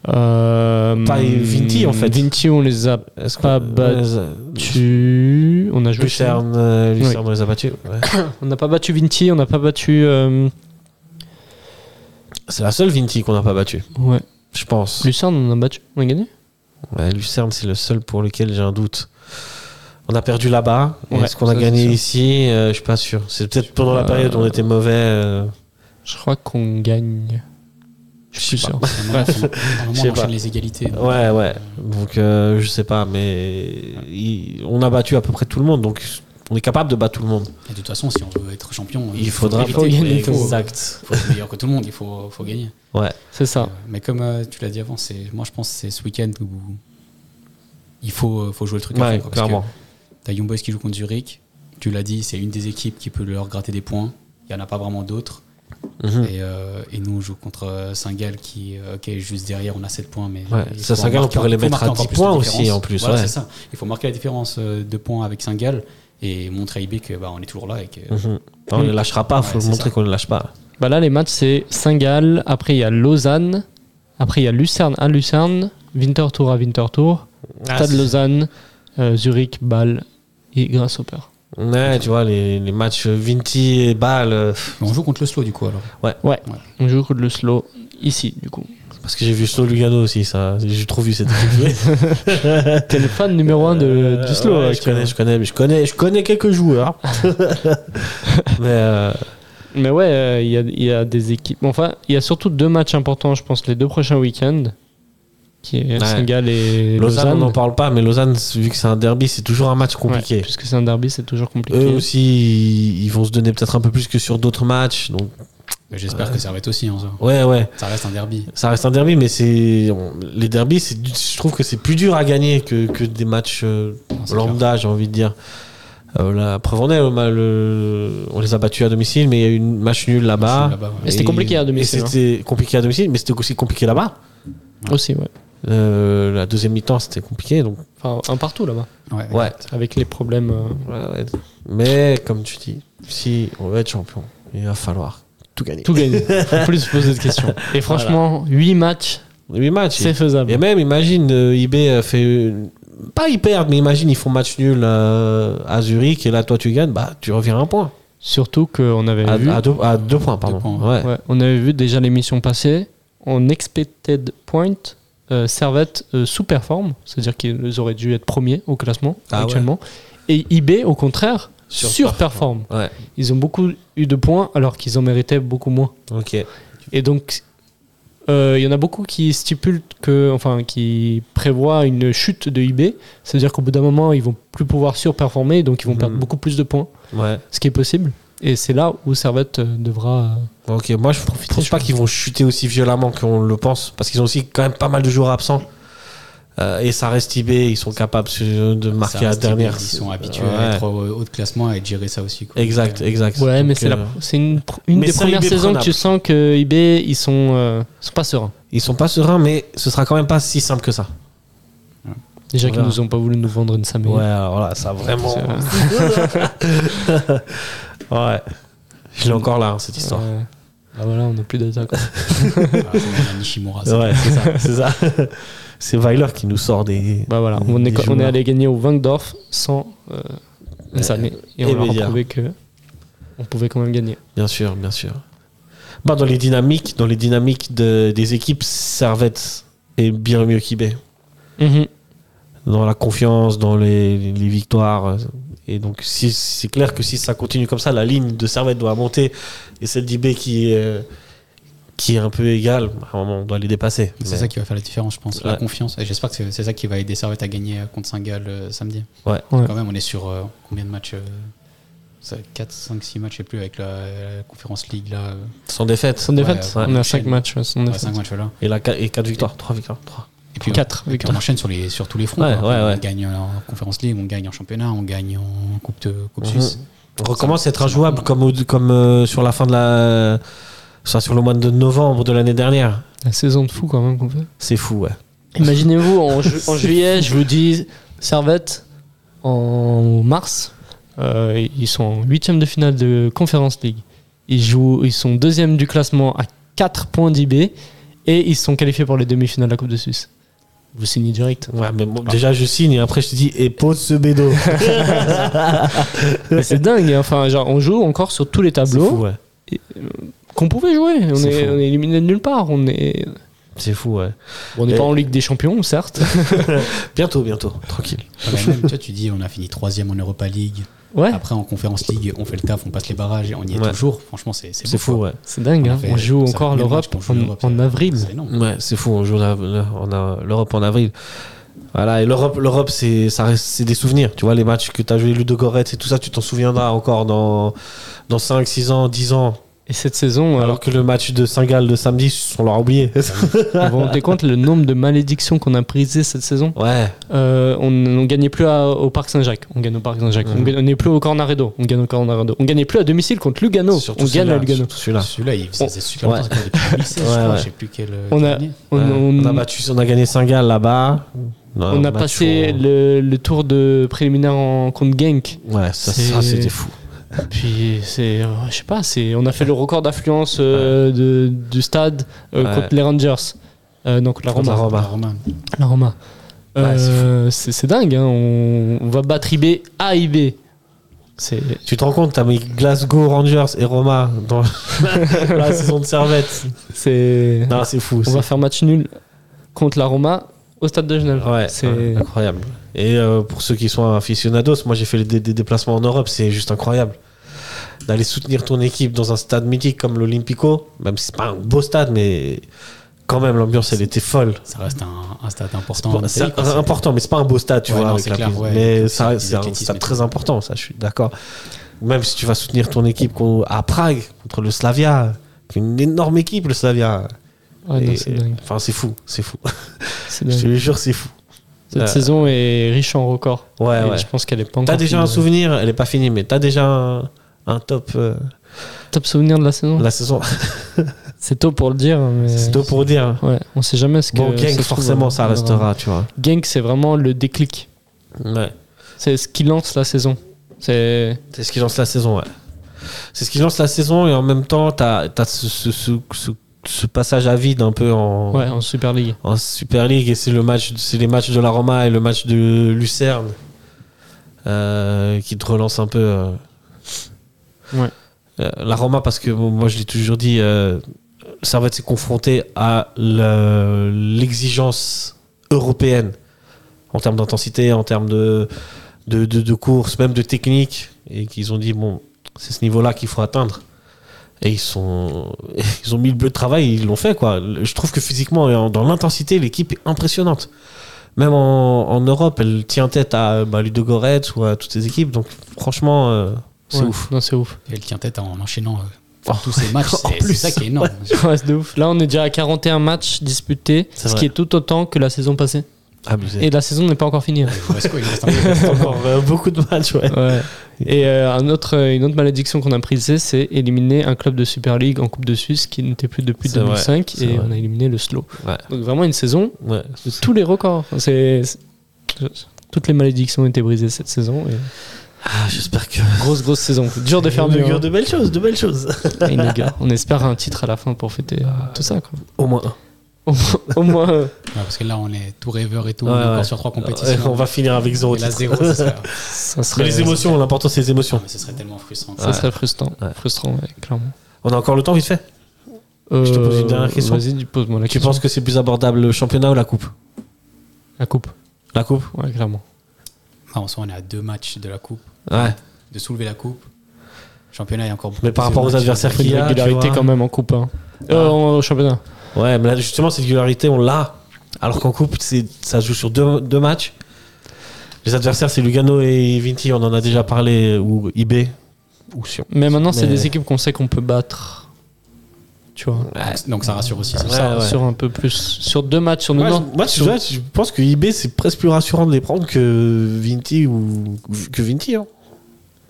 Euh,
Pas Vinti, en fait.
Vinti, on les a
Est-ce
Pas
qu'on-
battu.
on les a-
battus. On a joué. chez
Lucerne, euh,
Oui.
Lucerne, on les a battus. ouais.
nous. On n'a pas battu Vinti, on n'a pas battu. euh,
C'est la seule Vinti qu'on n'a pas battu,
ouais.
je pense.
Lucerne, on a battu. On a gagné
Ouais, Lucerne, c'est le seul pour lequel j'ai un doute. On a perdu là-bas.
Ouais,
Est-ce qu'on a
ça, c'est
gagné
sûr.
ici Euh, Je suis pas sûr. C'est peut-être pendant la
pas.
période où on était mauvais. euh,
Je crois qu'on gagne. Je suis sûr.
Bref,
Je
normalement,
sais
on
pas.
enchaîne les égalités. donc,
Ouais, ouais. Donc, euh, je sais pas, mais il- on a battu à peu près tout le monde. Donc, on est capable de battre tout le monde.
Et de toute façon, si on veut être champion,
Il faudra
éviter
faut
que
gagner
les
tout.
gros-
Exact.
faut être meilleur que tout le monde, il faut, faut gagner.
Ouais.
C'est ça.
Euh, Mais comme euh, tu l'as dit avant, c'est moi je pense que c'est ce week-end où il faut, euh, faut jouer le truc. à
Ouais,
fond, quoi, parce
clairement.
que T'as Young Boys qui joue contre Zurich. Tu l'as dit, c'est une des équipes qui peut leur gratter des points. Il n'y en a pas vraiment d'autres.
Mhm.
Et, euh, et nous, on joue contre euh, Saint-Gall qui, euh, ok, juste derrière, on a 7 points. Mais
Ouais,
il
ça,
faut
Saint-Gall, on
marquer-
pourrait les
faut
mettre
marquer
à
encore
10
plus de
points aussi,
différence.
en plus,
Voilà,
ouais.
c'est ça. Il faut marquer la différence euh, de points avec Saint-Gall et montrer à IB que bah, on est toujours là. Et que,
Mhm. On ne les lâchera pas, faut
Ouais, c'est
montrer
ça.
qu'on ne les lâche pas.
Bah là, les matchs, c'est Saint-Gall, après il y a Lausanne, après il y a Lucerne à Lucerne, Winterthur à Winterthur,
Ah,
Stade Lausanne, euh, Zurich, Bâle et Grasshopper.
Ouais, tu vois, les, les matchs Vinti et Bâle, euh, pff,
Mais on joue contre le slow du coup alors.
On joue contre le slow ici, du coup.
parce que j'ai vu Snow Lugano aussi, ça. J'ai trop vu cette équipe jouer.
T'es le fan numéro un de,
Euh,
du slow.
ouais,
là,
je,
tu
connais, je, connais, mais je, connais, je connais quelques joueurs. mais euh,
Mais ouais, euh, il y, a, il y a des équipes. bon, Enfin, il y a surtout deux matchs importants, je pense, les deux prochains week-ends, qui est
Ouais.
Saint-Gall et
Lausanne,
Lausanne.
on n'en parle pas, mais Lausanne, vu que c'est un derby, c'est toujours un match compliqué.
Ouais, puisque c'est un derby, c'est toujours compliqué.
Eux aussi, ils- ils vont se donner peut-être un peu plus que sur d'autres matchs. Donc, Euh,
Mais J'espère que ça va être aussi. hein, ça.
ouais, ouais,
Ça reste un derby.
ça reste un derby, mais c'est on- les derbys, c'est du- je trouve que c'est plus dur à gagner que, que des matchs euh,
Ah,
Non, c'est clair.
lambda, j'ai envie de dire. Euh, la preuve en est, on, a le- on les a battus à domicile, mais il y a eu une match nulle là-bas.
Là-bas, ouais.
Et c'était
Et-
compliqué à domicile, hein.
et C'était compliqué à domicile, mais c'était aussi compliqué là-bas.
Aussi, ouais.
Euh, la deuxième mi-temps, c'était compliqué. Donc,
Enfin, un partout là-bas,
Ouais.
ouais.
avec les problèmes. euh,
Ouais, ouais. Mais comme tu dis, si on veut être champion, il va falloir tout gagner.
tout gagner. Faut plus se poser de questions. Et franchement, 8 matchs,
Huit matchs.
c'est faisable.
Et même, imagine, euh, IB a fait. une- Pas ils perdent, mais imagine, ils font match nul euh, à Zurich et là, toi, tu gagnes, bah, tu reviens à un point.
Surtout qu'on avait
À,
vu,
à deux, à deux points, pardon.
points,
Ouais.
ouais, on avait vu déjà l'émission passée, en expected point, euh, Servette euh, sous-performe, c'est-à-dire qu'ils auraient dû être premiers au classement
Ah ouais.
actuellement. Et IB, au contraire,
Surperforme.
surperforme.
Ouais.
Ils ont beaucoup eu de points alors qu'ils en méritaient beaucoup moins.
Ok.
Et donc, euh, il y en a beaucoup qui stipulent que, enfin, qui prévoient une chute de IB. C'est-à-dire qu'au bout d'un moment, ils vont plus pouvoir surperformer, donc ils vont perdre
Mhm.
beaucoup plus de points,
Ouais.
ce qui est possible. Et c'est là où Servette euh, devra.
Ok, moi je ne pense pas qu'ils vont chuter aussi violemment qu'on le pense, parce qu'ils ont aussi quand même pas mal de joueurs absents. Euh, et ça reste IB, ils sont capables euh, de marquer
Ça
la
reste
dernière.
Ils sont habitués
Ouais.
à être au haut de classement et de gérer ça aussi. quoi.
Exact,
Donc,
exact.
Ouais, mais
Donc,
c'est
euh,
la- c'est une, pr- une
mais
des
ça,
premières
IB
saisons que
prenable.
tu sens que IB, ils sont, euh, sont pas sereins.
Ils sont pas sereins, mais ce sera quand même pas si simple que ça.
Déjà qu'ils
Voilà.
nous ont pas voulu nous vendre une Samé.
Ouais, alors voilà, ça vraiment.
hein.
ouais. Je l'ai encore là, hein, cette histoire.
Ah voilà, on n'a plus d'attaque.
euh, voilà, on a Nishimura, ça.
Ouais, c'est ça. C'est ça. C'est Weiler qui nous sort des.
Bah voilà,
des-
on
des
est, on est
joueurs.
allé gagner au Wangdorf sans euh, une Samé. Et on
et
leur a
Média.
prouvé que on pouvait quand même gagner.
Bien sûr, bien sûr. Bah, dans les dynamiques, dans les dynamiques de- des équipes, Servette est bien mieux qu'IB.
Mhm.
Dans la confiance, dans les, les victoires. euh, Et donc, si, c'est clair que si ça continue comme ça, la ligne de Servette doit monter. Et celle d'IB qui est, euh, qui est un peu égale, bah, on doit les dépasser.
C'est
Mais-
ça qui va faire la différence, je pense. La
Ouais.
confiance. Et j'espère que c'est c'est ça qui va aider Servette à gagner euh, contre Saint-Gall euh, samedi.
Ouais.
Ouais.
Quand même, on est sur euh, combien de matchs 4, 5, 6 matchs, je sais plus, avec la, la Conférence League, là.
Sans défaite.
Sans défaite,
ouais,
on a
enchaîne.
5 matchs. ouais, sans défaite.
5 matchs, là.
Et, la, et 4 victoires, 3 victoires. trois.
Et puis, euh,
Quatre
et puis
victoires.
on enchaîne sur, les, sur tous les fronts.
Ouais,
quoi.
ouais, ouais.
On gagne en Conférence League, on gagne en championnat, on gagne en Coupe, de, coupe
Mhm.
Suisse.
On recommence à être
ça
injouable
marche.
comme, au- comme euh, sur la fin de la. Enfin, sur le mois de novembre de l'année dernière.
La saison de fou quand même qu'on fait.
C'est fou, ouais.
Imaginez-vous, en, ju- en juillet, je vous dis Servette, en mars, euh, ils sont en huitième de finale de Conference League. Ils, jouent, ils sont deuxième du classement à 4 points d'IB et ils sont qualifiés pour les demi-finales de la Coupe de Suisse. Vous signez direct.
Ouais, mais bon, déjà je signe et après je te dis et pose ce bédo.
Mais c'est dingue, hein. enfin, genre, on joue encore sur tous les
C'est
tableaux
fou, ouais.
qu'on pouvait jouer. On
C'est
est,
fou.
on est éliminé de nulle part. On est,
C'est fou, ouais.
on n'est
Et-
pas en Ligue des Champions, certes.
Bientôt, bientôt, tranquille.
Ah, mais même, toi, tu dis, on a fini 3 en Europa League.
Ouais,
Après, en Conférence League, on fait le taf, on passe les barrages et on y est
Ouais.
toujours. Franchement, c'est c'est
C'est
beau,
fou,
quoi.
ouais.
c'est dingue.
On a
hein.
fait-
On, joue
ça fait
encore
combien de
l'Europe
matchs qu'on joue
en,
l'Europe,
en
c'est-
avril.
C'est énorme.
Ouais, c'est fou, on joue la- la- on a l'Europe en avril. Voilà, et l'Europe, l'Europe c'est, ça reste- c'est des souvenirs. Tu vois, les matchs que tu as joué, Ludo Goretz et tout ça, tu t'en souviendras encore dans, dans 5, 6 ans, 10 ans.
Et cette saison, alors,
Alors que le match de Saint-Gall de samedi, on l'aura oublié.
vous vous rendez compte le nombre de malédictions qu'on a brisées cette saison
ouais.
Euh, on ne gagnait plus à- au Parc Saint-Jacques, on gagne au Parc Saint-Jacques. On gagne- On n'est plus au Cornaredo, on gagne au Cornaredo. On gagnait plus à domicile contre Lugano, Oh,
Surtout
on gagne
celui-là,
à Lugano.
surtout Celui-là.
Celui-là, il faisait
On-
super longtemps, c'était depuis 2016,
Ouais,
je crois,
ouais.
je sais plus quel.
On a,
dernier.
on,
Ouais.
on-
On a battu, on a gagné Saint-Gall là-bas. Ouais,
on a
match
passé
au-
le, le tour de préliminaire en, contre Genk.
Ouais, ça,
C'est-
ça, c'était fou.
Puis c'est, euh, je sais pas, c'est, on a fait le record d'affluence euh, de- du stade euh,
Ouais.
contre les Rangers, euh, donc la
Contre
Roma.
la Roma.
Ah, Romain.
La Roma.
Ouais,
Euh, c'est, c'est dingue, hein, on, on va battre IB à IB. C'est,
Tu te rends compte, t'as mis Glasgow Rangers et Roma dans la saison de Servette.
c'est,
Non, c'est fou.
On
c'est
va faire match nul contre la Roma au stade de Genève.
Ouais,
c'est
c'est incroyable. Et euh, pour ceux qui sont aficionados, moi j'ai fait des, des déplacements en Europe, c'est juste incroyable. D'aller soutenir ton équipe dans un stade mythique comme l'Olympico, même si c'est pas un beau stade, mais quand même l'ambiance elle était folle.
Ça reste un, un stade important. en
Bon, C'est
Italie, quoi, c'est-
important, mais c'est pas un beau stade, tu
Ouais,
vois,
non,
avec
c'est
la
clair,
prise.
ouais.
Mais
C'est
ça,
du
c'est un
athlétisme
stade
et
très important, ça, je suis d'accord. Même si tu vas soutenir ton équipe qu'on- à Prague contre le Slavia, qui est une énorme équipe, le Slavia.
Ouais, non,
Et-
c'est dingue.
Enfin, c'est fou, c'est fou.
c'est
je
dingue.
te le jure, c'est fou.
Cette
Euh,
saison est riche en records.
Ouais,
Et
ouais.
Je pense qu'elle est pas encore.
T'as déjà
finie.
un souvenir, elle est pas finie, mais t'as déjà un, un top euh,
Top souvenir de la saison.
de la saison.
Mmh. C'est tôt pour le dire, hein, mais.
c'est tout pour dire. hein.
Ouais, on sait jamais ce que.
Bon,
se
Genk,
trouve,
forcément,
euh,
ça
on verra.
restera, tu vois.
Genk, c'est vraiment le déclic.
Ouais.
C'est ce qui lance la saison. C'est.
C'est ce qui lance la saison, ouais. C'est ce qui lance la saison, et en même temps, t'as as ce, ce- ce- ce- ce passage à vide un peu en,
Ouais, en Super League.
en Super League, et c'est le match, c'est les matchs de la Roma et le match de Lucerne euh, qui te relance un peu. euh.
Ouais.
Euh, la Roma, parce que bon, moi je l'ai toujours dit, euh, Servette s'est confronté à la- l'exigence européenne en termes d'intensité, en termes de, de, de, de course, même de technique, et qu'ils ont dit bon, c'est ce niveau-là qu'il faut atteindre. Et ils, sont, ils ont mis le bleu de travail, ils l'ont fait. Quoi. Le- Je trouve que physiquement, et en- dans l'intensité, l'équipe est impressionnante. Même en, en Europe, elle tient tête à bah, Ludo Goretz ou à toutes ces équipes. Donc, franchement, euh, c'est
Ouais.
ouf.
Non, c'est ouf.
Elle tient tête en enchaînant euh,
Oh.
tous ces matchs.
En
C'est
plus.
c'est ça qui est énorme.
Ouais, c'est de ouf. Là, on est déjà à 41 matchs disputés,
C'est
ce
vrai.
qui est tout autant que la saison passée.
Abusé.
Et la saison n'est pas encore finie. hein.
Vasco, il reste un peu.
encore euh, beaucoup de matchs, ouais.
Ouais. Et euh, un autre, euh, une autre malédiction qu'on a prise, c'est éliminer un club de Super League en Coupe de Suisse qui n'était plus depuis
C'est vrai,
2005
c'est
et
vrai.
on a éliminé le Slow.
Ouais.
Donc vraiment une saison
Ouais.
de tous les records. C'est c'est- toutes les malédictions ont été brisées cette saison. et
Ah, J'espère que.
Grosse grosse saison. Dur de faire
Il
mieux.
augure
hein.
de belles choses, de belles choses.
Il inaugure. On espère un titre à la fin pour fêter euh, tout ça. quoi.
Au moins. un.
Au moins- Au moins. euh,
Ouais, parce que là, on est tout rêveur et tout.
Ouais,
on est encore
ouais.
sur trois
Ouais,
compétitions.
on va finir avec zéro.
Et là,
titre.
zéro, ça serait,
Ça
Mais
serait,
les émotions, l'important, c'est les émotions.
Non, mais ce serait tellement frustrant.
ça serait frustrant.
Ouais.
Frustrant, ouais, clairement.
On a encore le temps, vite fait. Je te pose une dernière
Euh,
question.
Vas-y, pose-moi la
Tu
question.
penses que c'est plus abordable le championnat ou la coupe
La coupe.
La coupe
Ouais, clairement.
Non, en soi, on est à deux matchs de la Coupe.
Ouais.
De soulever la Coupe. Championnat, il y a encore beaucoup
Mais par
plus de
rapport aux
matchs.
adversaires
Faut
qu'il
une
y a, tu
régularité
vois.
quand même en coupe. hein. Euh, en championnat.
Ouais, mais là, justement, cette régularité, on l'a. Alors qu'en coupe, c'est- ça se joue sur deux, deux matchs. Les adversaires, c'est Lugano et Vinti, on en a déjà parlé, ou IB. Ou sur.
Mais maintenant, c'est
Mais-
des équipes qu'on sait qu'on peut battre. Tu vois.
Donc, donc ça rassure aussi. c'est
Ouais,
ça.
Sur- Sur un peu plus. Sur deux matchs, sur
Moi,
nous.
je, moi, tu vois, je pense que IB, c'est presque plus rassurant de les prendre que Vinti ou que Vinti. hein.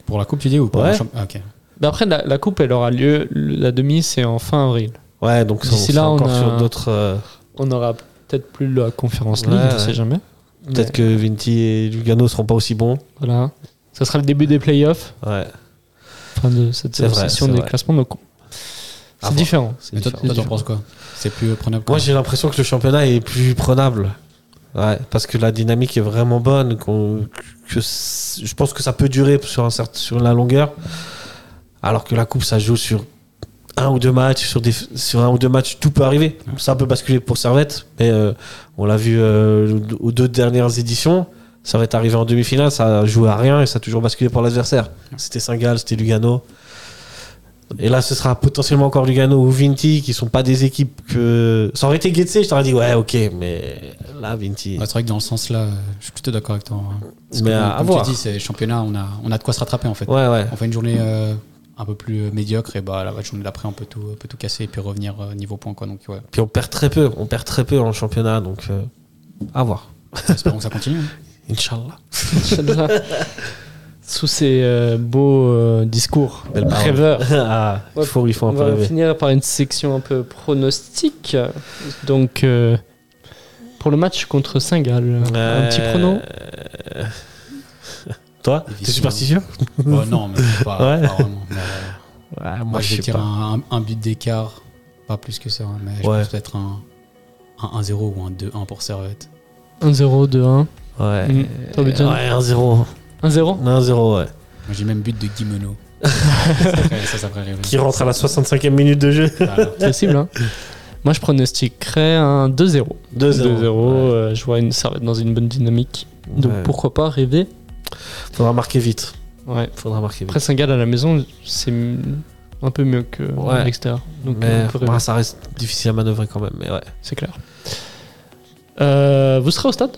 Pour la Coupe, tu dis ou pour
Ouais.
le champ- ah, ok.
Mais après, la, la coupe, elle aura lieu. le- La demi, c'est en fin avril.
Ouais, donc ça, on
D'ici
sera
là, on
encore
a-
sur d'autres. euh,
On aura peut-être plus la conférence
Ouais,
League, on
ouais.
sait jamais.
Peut-être que Vinti et Lugano seront pas aussi bons.
Voilà. Ça sera le début des playoffs.
Ouais.
Fin de cette
C'est vrai,
session
c'est
des
vrai.
classements. Donc,
À
c'est
voir.
différent.
c'est
Mais toi,
différent.
toi, t'en penses quoi C'est plus prenable
Moi,
quoi
j'ai l'impression que le championnat est plus prenable. Ouais, parce que la dynamique est vraiment bonne. qu'on- que c- je pense que ça peut durer sur, un certain, sur la longueur. Alors que la coupe, ça joue sur un ou deux matchs. Sur, des, sur un ou deux matchs, tout peut arriver. Ça peut basculer pour Servette. Mais euh, on l'a vu euh, aux deux dernières éditions. Servette arrivé en demi-finale, ça jouait à rien et ça a toujours basculé pour l'adversaire. C'était Saint-Gall, c'était Lugano. Et là, ce sera potentiellement encore Lugano ou Vinti, qui sont pas des équipes que. Ça aurait été Getse, je t'aurais dit, ouais, ok, mais là, Vinti.
Ouais, c'est vrai que dans le sens là, euh, je suis plutôt d'accord avec toi. hein. Parce que,
Mais
comme-
à- à
comme
voir.
tu dis, c'est championnat, on a, on a de quoi se rattraper en fait.
Ouais, ouais.
On fait une journée euh, un peu plus euh, médiocre et bah la la journée d'après on peut tout, on peut tout casser et puis revenir euh, niveau point quoi. Donc ouais,
Puis on perd très peu, on perd très peu en championnat, donc euh, à voir.
espérons que ça continue. hein.
Inch'Allah.
Inch'Allah. Sous ces euh, beaux euh, discours
Belle parole.
rêveurs.
Ah, il faut, il faut
On
un peu
va
rêver.
finir par une section un peu pronostique. Donc, euh, pour le match contre Saint-Gall, un petit prono
Euh, Toi, t'es
Difficile,
superstitieux
Bon, Euh, non, mais pas,
Ouais.
pas vraiment. Mais, euh,
Ouais,
moi je vais tirer un, un but d'écart, pas plus que ça, hein, mais je
Ouais.
pense peut-être un, un 1-0 ou un 2-1 pour Servette.
1-0, 2-1.
Ouais.
Mm. Toi,
Ouais,
Bidjan
1-0.
1-0
1-0, ouais.
Moi j'ai même but de Guimeno. ça, ça ferait- ça, ça ferait rêver.
Qui rentre à la 65e minute de jeu.
Voilà.
C'est possible, hein Moi, je pronostiquerais un 2-0. 2-0,
2-0.
euh, je vois une servette dans une bonne dynamique. Donc,
Ouais.
pourquoi pas rêver
Faudra marquer vite.
Ouais.
Faudra marquer vite.
Après, Saint-Gall à la maison, c'est m- un peu mieux que
Ouais.
à l'extérieur. Donc,
mais
on peut
bah,
rêver,
ça reste difficile à manœuvrer quand même, mais ouais,
c'est clair. Euh, vous serez au stade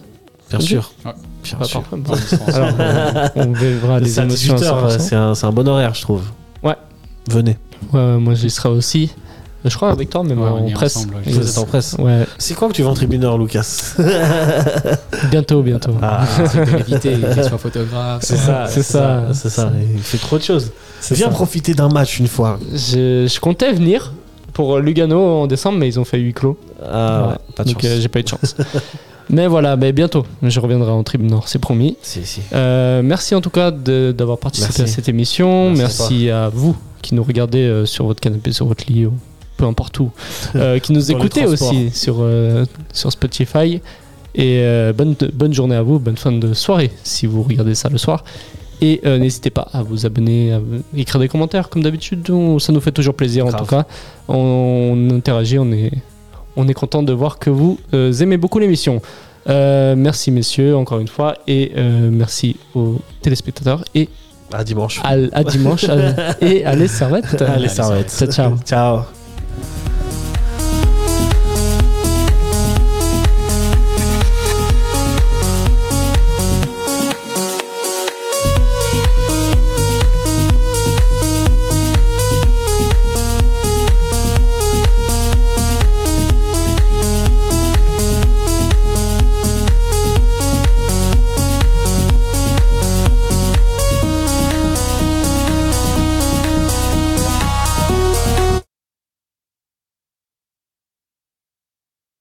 bien
Ok.
sûr.
Ouais.
Bien
Bah,
sûr.
parfait.
Bon,
Bon.
on se rend-
Alors, on, on verra les
C'est à
émotions à
18h,
100%.
c'est un, c'est un bon horaire, je trouve.
Ouais.
Venez,
Ouais, ouais, moi j'y serai aussi. Je crois avec toi, mais
Ouais,
moi,
on
on
est
presse.
ensemble, ouais.
Et-
vous êtes en presse.
Ouais,
C'est quoi que tu vas en tribuneur, Lucas
bientôt, bientôt.
Ah,
C'est de l'éviter, qu'il soit photographe.
C'est ça,
c'est ça.
Ah, c'est ça. Il fait trop de choses. Viens
ça.
profiter d'un match une fois.
Je, je comptais venir pour Lugano en décembre, mais ils ont fait huis clos.
Ah, ouais, pas de
donc
chance.
euh, j'ai pas eu de chance. mais voilà, mais bientôt, je reviendrai en tribune Nord, c'est promis.
Si, si.
Euh, merci en tout cas de- d'avoir participé
Merci.
à cette émission.
Merci à
Merci, à, vous qui nous regardez euh, sur votre canapé, sur votre lit, ou peu importe où, Euh, qui nous
Dans les
écoutez
transports.
aussi sur, euh, sur Spotify. Et euh, bonne, bonne journée à vous, bonne fin de soirée si vous regardez ça le soir. Et euh, n'hésitez pas à vous abonner, à vous- écrire des commentaires comme d'habitude. on- Ça nous fait toujours plaisir en
Grave.
tout cas. On, on interagit, on est, on est content de voir que vous euh, aimez beaucoup l'émission. Euh, merci messieurs encore une fois et euh, merci aux téléspectateurs et
À dimanche.
à, à dimanche à- et allez servette.
Allez, ça va être.
Ciao, ciao.
Ciao.